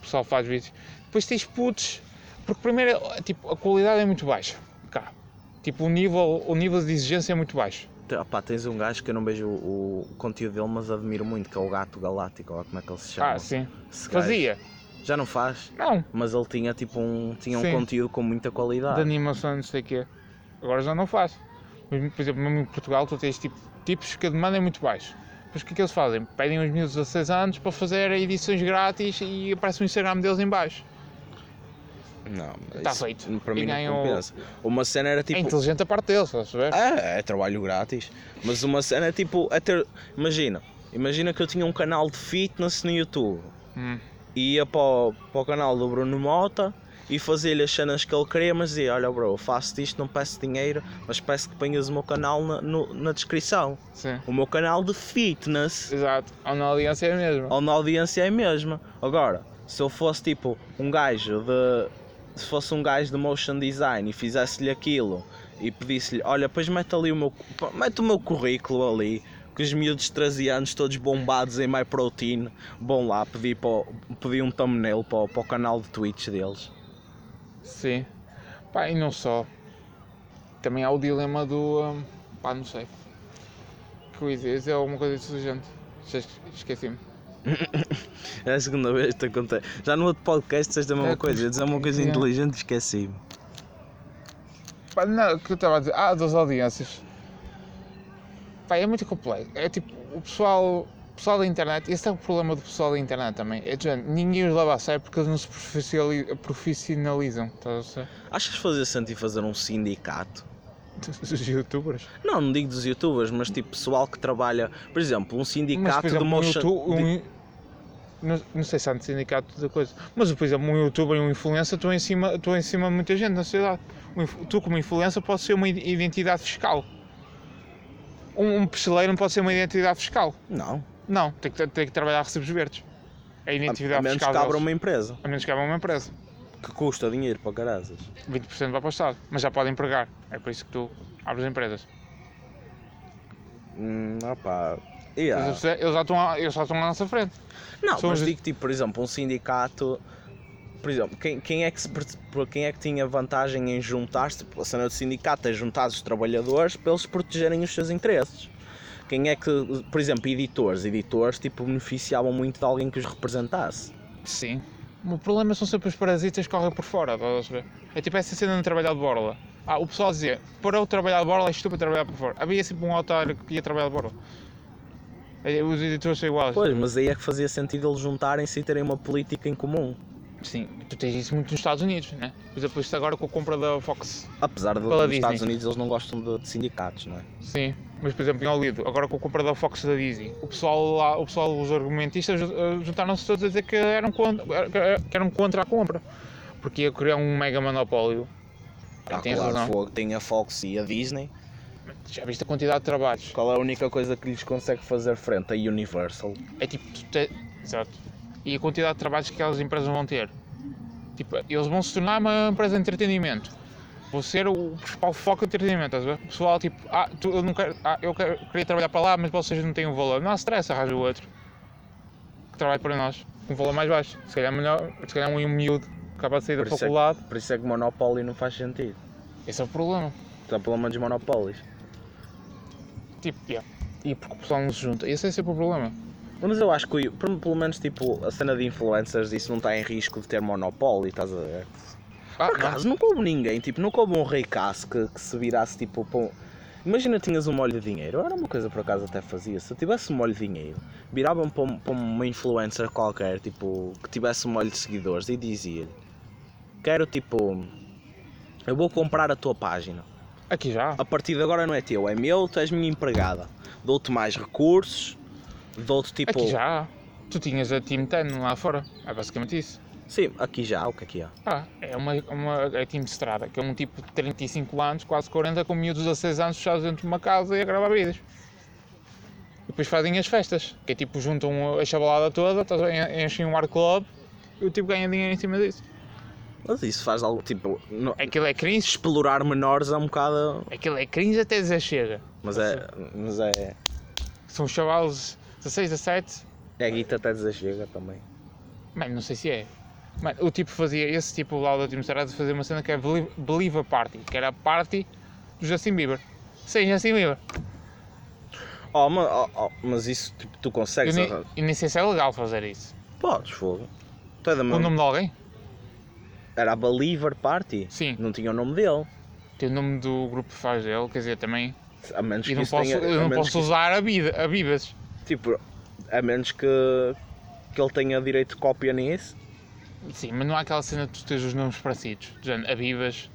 pessoal faz vídeos. Depois tens putos, porque primeiro, tipo, a qualidade é muito baixa, cá. Tipo, o nível, o nível de exigência é muito baixo.
Te- opá, tens um gajo que eu não vejo o, o conteúdo dele, mas admiro muito, que é o Gato Galáctico, ou como é que ele se chama?
Ah, sim.
Esse gajo.
Fazia?
Já não faz,
Não.
mas ele tinha tipo um, tinha um
Sim.
conteúdo com muita
de
qualidade.
animação, não sei o quê. Agora já não faz. Mas, Por exemplo, mesmo em Portugal, tu tens tipo, tipos que a demanda é muito baixa. Mas o que é que eles fazem? Pedem uns miúdos de 16 anos para fazer edições grátis e aparece o Instagram deles em baixo. É
Não,
Tá
isso
feito.
Para
E
mim
ganham-
não compensa. Uma cena era tipo.
É inteligente a parte deles, estás a perceber?
Ah, é trabalho grátis. Mas uma cena é tipo. É ter... Imagina, imagina que eu tinha um canal de fitness no YouTube.
Hum.
E ia para o, para o canal do Bruno Mota e fazia-lhe as cenas que ele queria, mas dizia: Olha, bro, eu faço isto, não peço dinheiro, mas peço que ponhas o meu canal na, no- na descrição.
Sim.
O meu canal de fitness.
Exato. Ou na aliança é a mesma.
Ou na audiência é a mesma. Agora, se eu fosse tipo um gajo de. Se fosse um gajo de motion design e fizesse-lhe aquilo e pedisse-lhe: Olha, pois mete ali o meu. pô, Mete o meu currículo ali. Que os miúdos de 13 anos, todos bombados em My Protein, vão lá pedir, para, o- pedir um thumbnail para, o- para o canal de Twitch deles. Ah.
Sim. Pá, e não só. Também há o dilema do. hum, pá, não sei. Que eu ia dizer alguma coisa inteligente. Já esque- Esqueci-me.
É a segunda vez que te contei. Já no outro podcast disseste a mesma
É,
coisa. Eu disse uma coisa
é.
inteligente e esqueci-me.
Pá, não, o que eu estava a dizer, ah, das audiências. Pá, é muito complexo. É tipo, o pessoal, o pessoal da internet, esse é o problema do pessoal da internet também. É de género, ninguém os leva a sério porque eles não se profissionali- profissionalizam. Estás a
Achas que fazia sentido fazer um sindicato?
perceber? Os youtubers.
Não, não digo dos youtubers, mas tipo pessoal que trabalha, por exemplo, um
Mas,
sindicato
por exemplo,
de
um
motion.
youtu-
de-
um i- não, não sei se há de sindicato da coisa, mas por exemplo, um youtuber e um influencer estão em cima, estão em cima de muita gente na sociedade. Um inf- tu, como influencer, podes ser uma i- identidade fiscal. Um, um pesteleiro não pode ser uma identidade fiscal.
Não,
Não, tem que, tem que trabalhar recibos verdes. É a
a, a
identidade
menos que
fiscal.
abra
deles.
uma empresa
A menos que abra uma empresa.
que custa dinheiro para caraças.
20% vai para o Estado, mas já pode empregar. É por isso que tu abres empresas.
Hum, opá. Yeah.
Estás a perceber? Eles, já estão, a- eles já estão à nossa frente.
Não,
é. São
mas
os-
digo tipo, por exemplo, um sindicato. Por exemplo, quem, quem, é que se, per- por- quem é que tinha vantagem em juntar-se? A cena do sindicato é juntar os trabalhadores para eles protegerem os seus interesses. Quem é que, por exemplo, editores? Editores tipo, beneficiavam muito de alguém que os representasse.
Sim. O problema são sempre os parasitas que correm por fora, estás a perceber? É tipo essa cena no trabalhar de borla. Ah, o pessoal dizia, para o trabalhar de borla é estúpido trabalhar por fora. Havia sempre um otário que ia trabalhar de borla. Eh, Os editores são iguais.
é Pois, mas aí é que fazia sentido eles juntarem-se e terem uma política em comum.
Sim, tu tens isso muito nos Estados Unidos, né? Por exemplo, isto agora com a compra da Fox.
Apesar de
Pela
nos
é Disney.
Estados Unidos eles não gostam de, de sindicatos, não é?
Sim, mas por exemplo, em Olido, agora com a compra da Fox e da Disney, o pessoal lá, o pessoal, os argumentistas eh, juntaram-se todos a dizer que eram, contra, que eram contra a compra, porque ia criar um mega monopólio.
Ah,
tens
claro,
razão.
fogo. Tem a Fox e a Disney.
Já viste a quantidade de trabalhos?
Qual é a única coisa que lhes consegue fazer frente? A Universal.
É tipo. tu te- Exato. E a quantidade de trabalhos que aquelas empresas vão ter. Tipo, eles vão se tornar uma empresa de entretenimento. Vão ser o principal foco de entretenimento, estás a ver? O pessoal, tipo, ah, tu- eu, não quero, ah, eu quero- queria trabalhar para lá, mas vocês não têm um valor. Não há stress, arranja o outro. Que trabalha para nós. Com um valor mais baixo. Se calhar, melhor, se calhar um miúdo acaba de sair da
Por isso é que-
faculdade.
Por isso é que monopólio não faz sentido.
Esse é o problema.
Está pelo menos monopólios.
Tipo, yeah. E porque o pessoal não se junta. Esse é sempre o problema.
Mas eu acho que o- pelo pelo menos tipo, a cena de influencers isso não está em risco de ter monopólio, estás a ver?
Ah,
Por
não.
acaso nunca houve ninguém, tipo, nunca houve um rei caço que, que se virasse tipo para um... Imagina tinhas um molho de dinheiro, era uma coisa por acaso até fazia. Se eu tivesse um molho de dinheiro, virava-me para, um- para uma influencer qualquer, tipo, que tivesse um molho de seguidores e dizia-lhe: Quero tipo, eu vou comprar a tua página.
Aqui já.
A partir de agora não é teu, é meu, tu és minha empregada. Dou-te mais recursos, dou-te tipo.
Aqui já. Tu tinhas a Team Ten lá fora. É basicamente isso.
Sim, aqui já, o que é que é?
Ah, é uma, uma é Team de Estrada, que é um tipo de 35 anos, quase 40, com miúdos de 16 anos fechados dentro de uma casa e a gravar vídeos. E depois fazem as festas, que é tipo juntam a chabalada toda, estás a ver, enchem um art club e o tipo ganha dinheiro em cima disso.
Mas isso faz algo tipo. não-
Aquilo é cringe,
Explorar menores é um bocado.
aquilo é cringe até dizer chega.
Mas é. Mas é.
São chavalos 16, 17,
É guita até desachega também.
Mano, não sei se é. Mano, o tipo fazia, esse tipo lá da Tim Sarada fazia uma cena que é Believe, Believe a Party, que era a party do Justin Bieber. Sem Justin Bieber.
Oh, mas, mas isso tipo, tu
Eu
consegues.
nem,
arran-
eu nem sei se é legal fazer isso.
Podes, fogo. Tu é da
Com o
mão.
nome de alguém?
Era a Believer Party.
Sim.
Não tinha o nome dele.
Tem o nome do grupo que faz dele, quer dizer, também.
A menos
E
que
não
isso
posso,
tenha.
eu
a
não
menos
posso usar a, vida, a Bibas.
que, tipo, a menos que. que ele tenha direito de cópia nisso.
Sim, mas não há aquela cena de tu teres os nomes parecidos. Do género, a Bibas,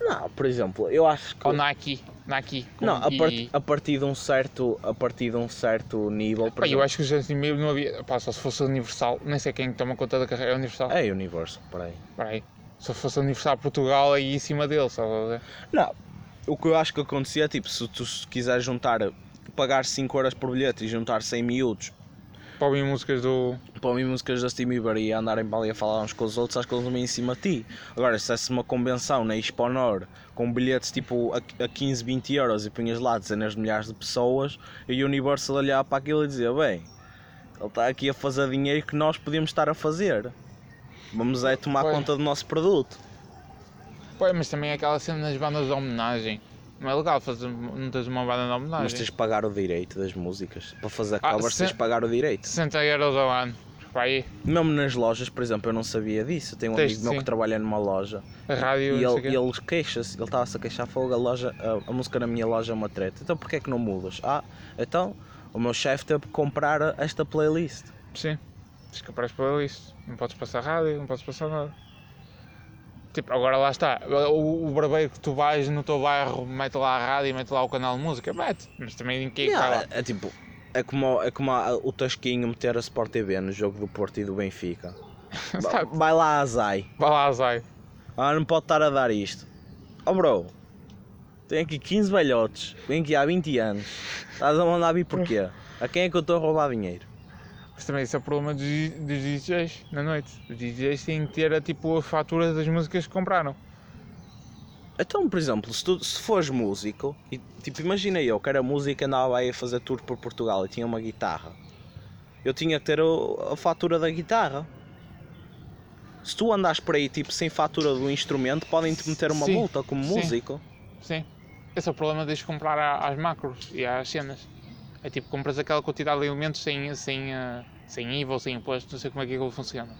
Não, por exemplo, eu acho que.
ou Naki, Naki. com
Não, a,
I.
part- a partir de um certo. A partir de um certo nível. por
Pá, eu
exemplo-
acho que o Justin Bieber não havia. Pá, só se fosse o Universal, nem sei quem toma conta da carreira, é o Universal.
É Universal, peraí.
Peraí, se eu fosse a Universidade de Portugal aí em cima dele, sabe? a ver?
Não, o que eu acho que acontecia é tipo, se tu se quiseres juntar, pagar 5 horas por bilhete e juntar 100 miúdos
Para ouvir músicas do.
para ouvir músicas da Steve Bieber e andarem para ali a falar uns com os outros, acho que eles não vêm em cima de ti. Agora, se tivesse uma convenção na Expo Nor com bilhetes tipo a, a 15, 20 euros e punhas lá dezenas de milhares de pessoas e o Universal olhava para aquilo e dizia: bem, ele está aqui a fazer dinheiro que nós podíamos estar a fazer. Vamos é tomar
Pois.
conta do nosso produto.
Pô, mas também é aquela cena nas bandas de homenagem. Não é legal fazer, não tens uma banda de homenagem.
Mas tens de pagar o direito das músicas. Para fazer
Ah,
covers
se-
tens de pagar o direito.
60 euros ao ano. Para aí,
Mesmo nas lojas, por exemplo, eu não sabia disso. Eu tenho um
Tens
amigo
de
meu
sim.
que trabalha numa loja
a rádio,
e
não sei o
ele,
quê.
ele queixa-se. Ele estava-se a queixar, falou a, loja, a, a música na minha loja é uma treta. Então porquê é que não mudas? Ah, então o meu chefe teve que comprar esta playlist.
Sim. Tens que aparecer para isso. Não podes passar rádio, não podes passar nada. Tipo, agora lá está. O, o barbeiro que tu vais no teu bairro, mete lá a rádio, mete lá o canal de música. Mete. Mas também ninguém
Yeah,
vai tá lá.
é, é tipo, é como, é como a- o Tasquinho meter a Sport TV no jogo do Porto e do Benfica. Ba-
Sabe?
Vai lá, Azai.
Vai lá, Zai.
Ah, não pode estar a dar isto. Oh, bro, tenho aqui 15 velhotes, venho aqui há 20 anos. Estás a mandar vir porquê? A quem é que eu estou a roubar dinheiro?
Mas também esse é o problema dos, dos DJs na noite. Os DJs têm que ter a, tipo, a fatura das músicas que compraram.
Então, por exemplo, se, tu, se fores músico, e, tipo, imagina eu que era músico e andava aí a fazer tour por Portugal e tinha uma guitarra, eu tinha que ter o- a fatura da guitarra. Se tu andares por aí tipo, sem fatura do instrumento, podem-te meter uma
Sim,
multa como
sim.
músico.
Sim. Esse é o problema de comprar a- às macros e às cenas. É tipo, compras aquela quantidade de elementos sem, sem, eh, sem IVA ou sem imposto, não sei como é que aquilo funciona.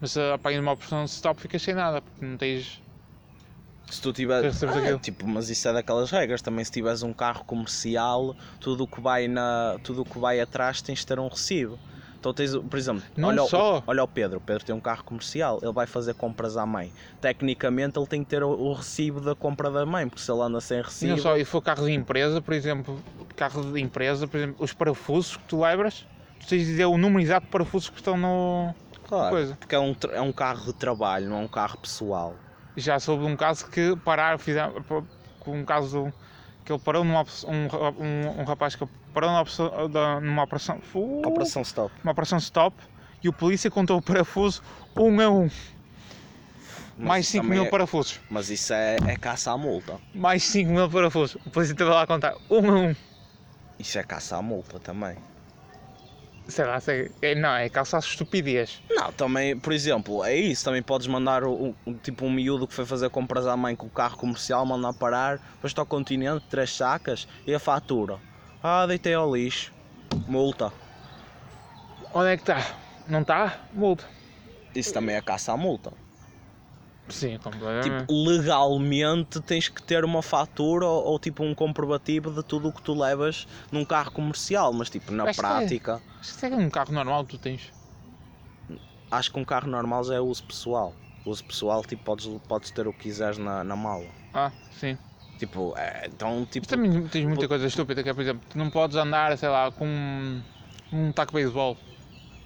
Mas eh, apanhas uma opção de stop, ficas sem nada, porque não tens.
Se tu tiveres.
Sim, sim, sim.
tipo, mas isso é daquelas regras. Também se tiveres um carro comercial, tudo o que vai na, tudo o que vai atrás tens de ter um recibo. Então tens, o- por exemplo,
Não
olha, o-
só.
olha o Pedro, o Pedro tem um carro comercial, ele vai fazer compras à mãe. Tecnicamente ele tem que ter o, o recibo da compra da mãe, porque se ele anda sem
E
recibo,
não só, e se for carro de empresa, por exemplo, carro de empresa, por exemplo, os parafusos que tu lembras, tu tens de dizer o número exato de parafusos que estão no
claro,
coisa.
porque é um, tra- é um carro de trabalho, não é um carro pessoal.
Já soube um caso que pararam, fizeram, com um caso que ele parou numa op- um, ra- um, um rapaz que parou numa, opção- da- numa operação, fu-
Operação Stop.
uma operação stop e o polícia contou o parafuso um a um,
Mas
mais
isso
5
também
mil
é-
parafusos,
Mas isso é, é caça à multa.
mais 5 mil parafusos, o polícia estava lá a contar um a um.
Isso é caça à multa também.
Sei lá, sei, é- não, é calçar estupidez.
Não, também, por exemplo, é isso. Também podes mandar o, o- tipo um miúdo que foi fazer compras à mãe com o carro comercial, mandar parar, foste ao continente, três sacas e a fatura. Ah, deitei ao lixo. Multa.
Onde é que está? Não tá? está? Multa.
Isso também é caça à multa.
Sim, é completamente.
Tipo, legalmente tens que ter uma fatura ou, ou, tipo um comprovativo de tudo o que tu levas num carro comercial, mas tipo, na
Mas que é?
prática,
Acho que é um carro normal que tu tens.
acho que um carro normal já é uso pessoal. Uso pessoal, tipo, podes, podes ter o que quiseres na, na mala.
Ah, sim.
Tipo, é, então, tipo.
Mas também tens muita coisa estúpida, que é, por exemplo, tu não podes andar, sei lá, com um, um taco de beisebol,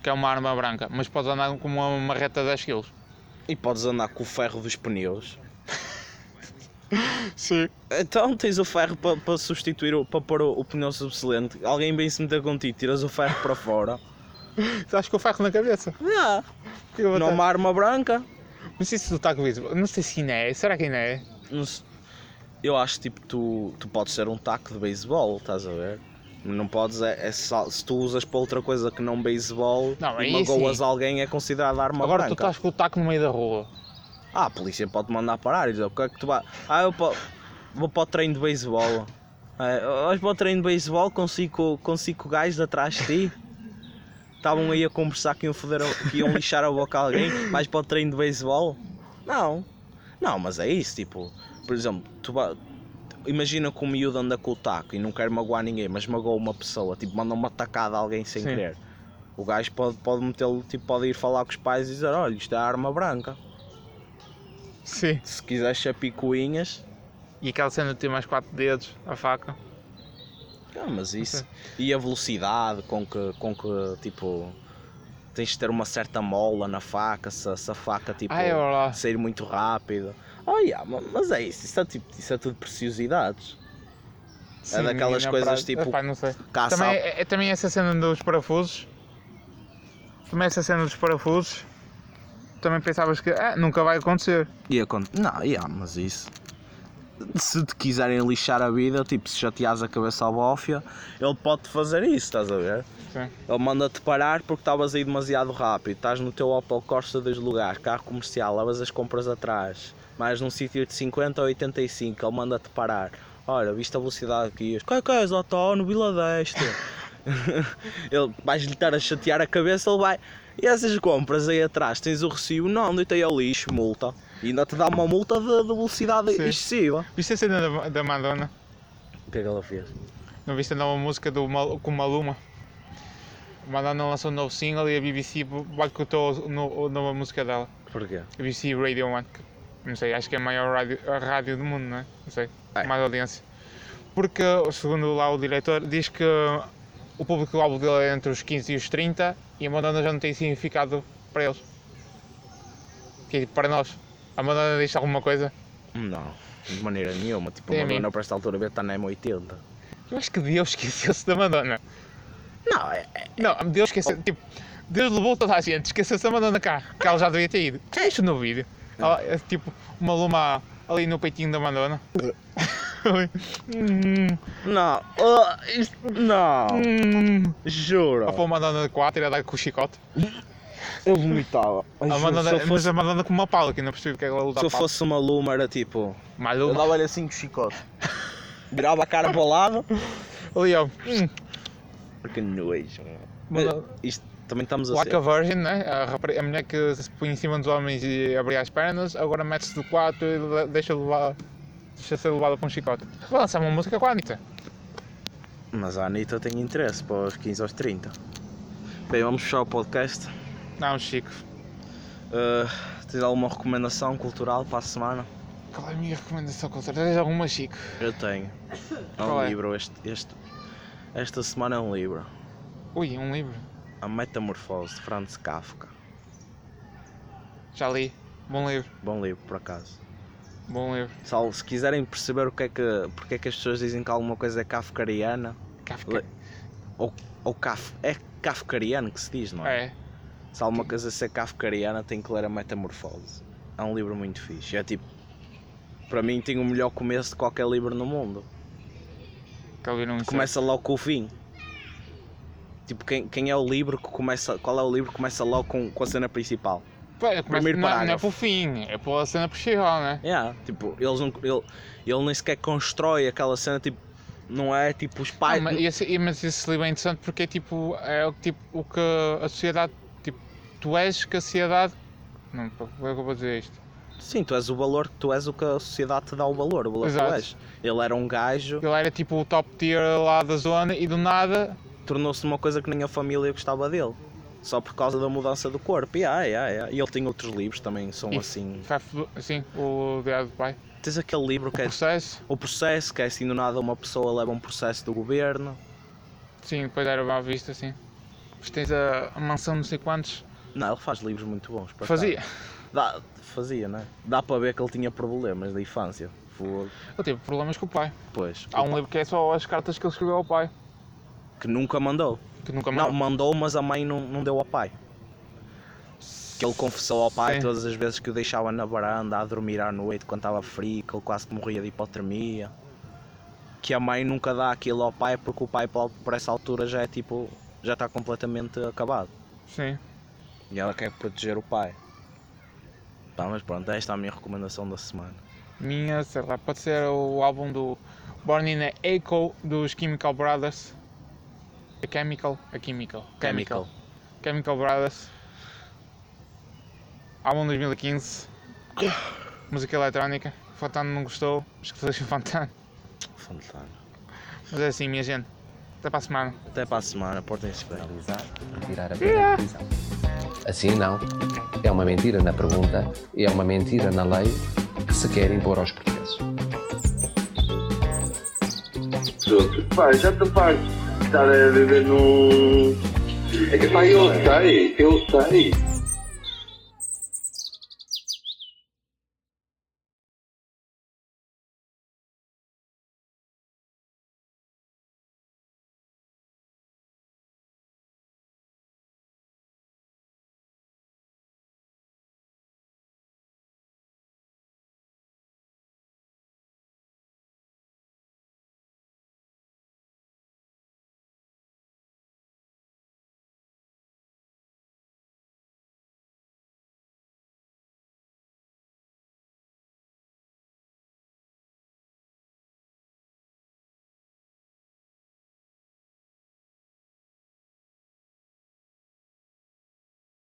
que é uma arma branca, mas podes andar com uma marreta de 10 kg.
E podes andar com o ferro dos pneus.
Sim.
Então tens o ferro para substituir, para pôr o, o pneu subsolente. Alguém bem se meter contigo, tiras o ferro para fora.
Estás com o ferro na cabeça.
Ah,
Que eu vou
não
ter-
uma arma branca.
Não sei se do taco de beisebol, não sei se ainda é, será que ainda é?
Não se- Eu acho tipo tu, tu podes ser um taco de beisebol, estás a ver? Não podes, é, é só- se tu usas para outra coisa que não beisebol
Não,
e
aí
magoas
sim.
alguém é considerado arma
Agora tu
branca.
estás com o taco no meio da rua.
Ah, a polícia pode mandar parar e dizer o que é que tu vai. Ah, eu po- vou para o treino de beisebol. É, hoje para o treino de beisebol consigo, consigo gajos de atrás de ti. Estavam aí a conversar que iam, foder a- que iam lixar a boca a alguém, mas para o treino de beisebol? Não. Não, mas é isso, tipo, por exemplo, tu va- imagina que o miúdo anda com o taco e não quer magoar ninguém, mas magoa uma pessoa, tipo, manda uma tacada a alguém sem
Sim.
querer. O gajo pode, pode metê-lo, tipo, pode ir falar com os pais e dizer, olha, isto é arma branca
Sim.
se quiseres chapicoinhas,
E aquela cena de ter mais quatro dedos, a faca.
Tipo, ah, mas isso. E a velocidade com que, com que, tipo, tens de ter uma certa mola na faca, se, se a faca, tipo,
Ai, Ah, é, olha lá.
sair muito rápido. Oh, yeah, ma- mas é isso, isso é, tipo, isso é tudo preciosidades.
Sim,
é daquelas
na
coisas
prática-
tipo-
Epá, não sei.
Caça
Também,
à-
é, é também essa cena dos parafusos. Também essa cena dos parafusos. Também pensavas que ah, nunca vai acontecer.
E aconte- Não, yeah, mas isso. Se te quiserem lixar a vida, tipo, se chateares a cabeça à bófia, ele pode-te fazer isso, estás a ver?
Sim.
Ele manda-te parar porque estavas aí demasiado rápido. Estás no teu Opel Corsa dos lugares, carro comercial, levas as compras atrás. Mas num sítio de 50 a 85, ele manda-te parar. Olha, viste a velocidade que ias. Qual é que és, Otó, no Vila Deste? ele vais-lhe estar a chatear a cabeça, ele vai. E essas compras aí atrás, tens é o recibo? Não, deitei ao lixo, multa. E ainda te dá uma multa de, de velocidade
Sim.
excessiva.
Viste a cena da, da Madonna?
O que é que ela fez?
Não viste a nova música do Mal, com Maluma? A Madonna lançou um novo single e a BBC boicotou no- a nova música dela.
Porquê?
A BBC Radio One. que, Não sei, acho que é a maior rádio, a rádio do mundo, não é? Não sei.
É.
Mais audiência. Porque, segundo lá o diretor, diz que o público-alvo dele é entre os 15 e os 30 e a Madonna já não tem significado para eles. Que é tipo, para nós. A Madonna diz alguma coisa.
Não, de maneira nenhuma. Tipo,
Sim,
a
amigo.
Madonna para esta altura está na M80.
Eu acho que Deus esqueceu-se da Madonna.
Não, é,
Não, Deus esqueceu. Tipo, Deus levou toda a gente, esqueceu-se da Madonna cá, que ela já devia ter ido. Tu viste no vídeo? Ela, é, tipo, uma luma ali no peitinho da Madonna. Ali. Hum,
Não, ah, isto- não,
hum.
juro.
Ou para a Madonna 4 ir a dar com o chicote.
Eu vomitava. Ai,
A
juro,
Madonna,
se eu
Mas
fosse,
a Madonna com uma pala, que eu não percebi porque é que ela luta
se eu
a pala.
fosse uma luma, era tipo. Eu
Maluma.
dava-lhe assim com o chicote. Virava a cara para o lado.
Ali, ó. Hum.
Que nojo.
Madonna-
Isto também estamos a
Like
ser.
a Virgin, né? A, rapari- a mulher que se põe em cima dos homens e abria as pernas, agora mete-se do 4 e le- deixa levar. Deixa ser levada para um chicote. Vou lançar uma música com a Anitta.
Mas a Anitta tem interesse para os 15 aos 30. Bem, vamos fechar o podcast.
Não, Chico.
Uh, tens alguma recomendação cultural para a semana?
Qual é a minha recomendação cultural? Tens alguma, Chico?
Eu tenho. É um
Qual é?
livro, este, este, esta semana é um livro.
Ui, um livro.
A Metamorfose, de Franz Kafka.
Já li. Bom livro.
Bom livro, por acaso.
Bom livro.
Pessoal, se quiserem perceber o que é que, porque é que as pessoas dizem que alguma coisa é kafkariana,
Kafka.
Le- ou kaf, é kafkariano que se diz, não é?
É.
Se alguma coisa ser kafkariana, tem que ler A Metamorfose. É um livro muito fixe. É tipo, para mim, tem o melhor começo de qualquer livro no mundo.
Que eu li num instante.
Começa logo com o fim. Tipo, quem, quem é o livro que começa. Qual é o livro que começa logo com, com a cena principal?
Pá, começa-
primeiro
não, não é
parágrafo.
para o fim, é para a cena principal, né?
Yeah, tipo, eles não, ele, ele nem sequer constrói aquela cena, tipo, não é tipo os pais.
Não, Ah, mas, esse, e- mas esse livro é interessante porque é tipo, é o, tipo, o que a sociedade, tipo, tu és que a sociedade. Não, pá, como é que eu vou dizer isto?
Sim, tu és o valor, tu és o que a sociedade te dá o valor, o valor que
Exato.
tu és. Ele era um gajo,
Ele era tipo o top tier lá da zona e do nada.
tornou-se uma coisa que nem a família gostava dele. Só por causa da mudança do corpo. Yeah, yeah, yeah. E ele tem outros livros também, são
E-
assim.
faz tudo- Assim, o diário do pai.
Tens aquele livro
O
que é
processo,
o processo, que é assim do nada uma pessoa leva um processo do governo.
sim, depois era à vista, assim. Depois tens a, a mansão, não sei quantos.
Não, ele faz livros muito bons. por acaso.
Fazia.
Dá, fazia, né? Dá para ver que ele tinha problemas da infância. Fogo.
Ele teve problemas com o pai.
Pois.
Há um livro que é só as cartas que ele escreveu ao pai,
Que nunca mandou.
que nunca
Não,
mais.
mandou, mas a mãe não, não deu ao pai. Que ele confessou ao pai
Sim.
todas as vezes que o deixava na varanda a dormir à noite quando estava frio, que ele quase que morria de hipotermia. Que a mãe nunca dá aquilo ao pai porque o pai, por por essa altura, já é tipo. já está completamente acabado.
Sim.
E ela quer proteger o pai. Tá, mas pronto, esta é a minha recomendação da semana.
Minha, sei lá, pode ser o álbum do Born in a Echo dos Chemical Brothers. A Chemical? A Chemical.
Chemical.
Chemical Brothers. Álbum 2015. Música eletrónica. Fontano não gostou, mas que feliz o Fontano.
Fantástico.
Mas é assim, minha gente. Até para a semana.
Até para a semana, portem-se bem.
analisar e tirar a pena de prisão. Assim não. É uma mentira na pergunta e é uma mentira na lei que se quer impor aos portugueses.
Pronto, pá, já estou farto de estar a viver no. É que pá, eu sei, eu sei.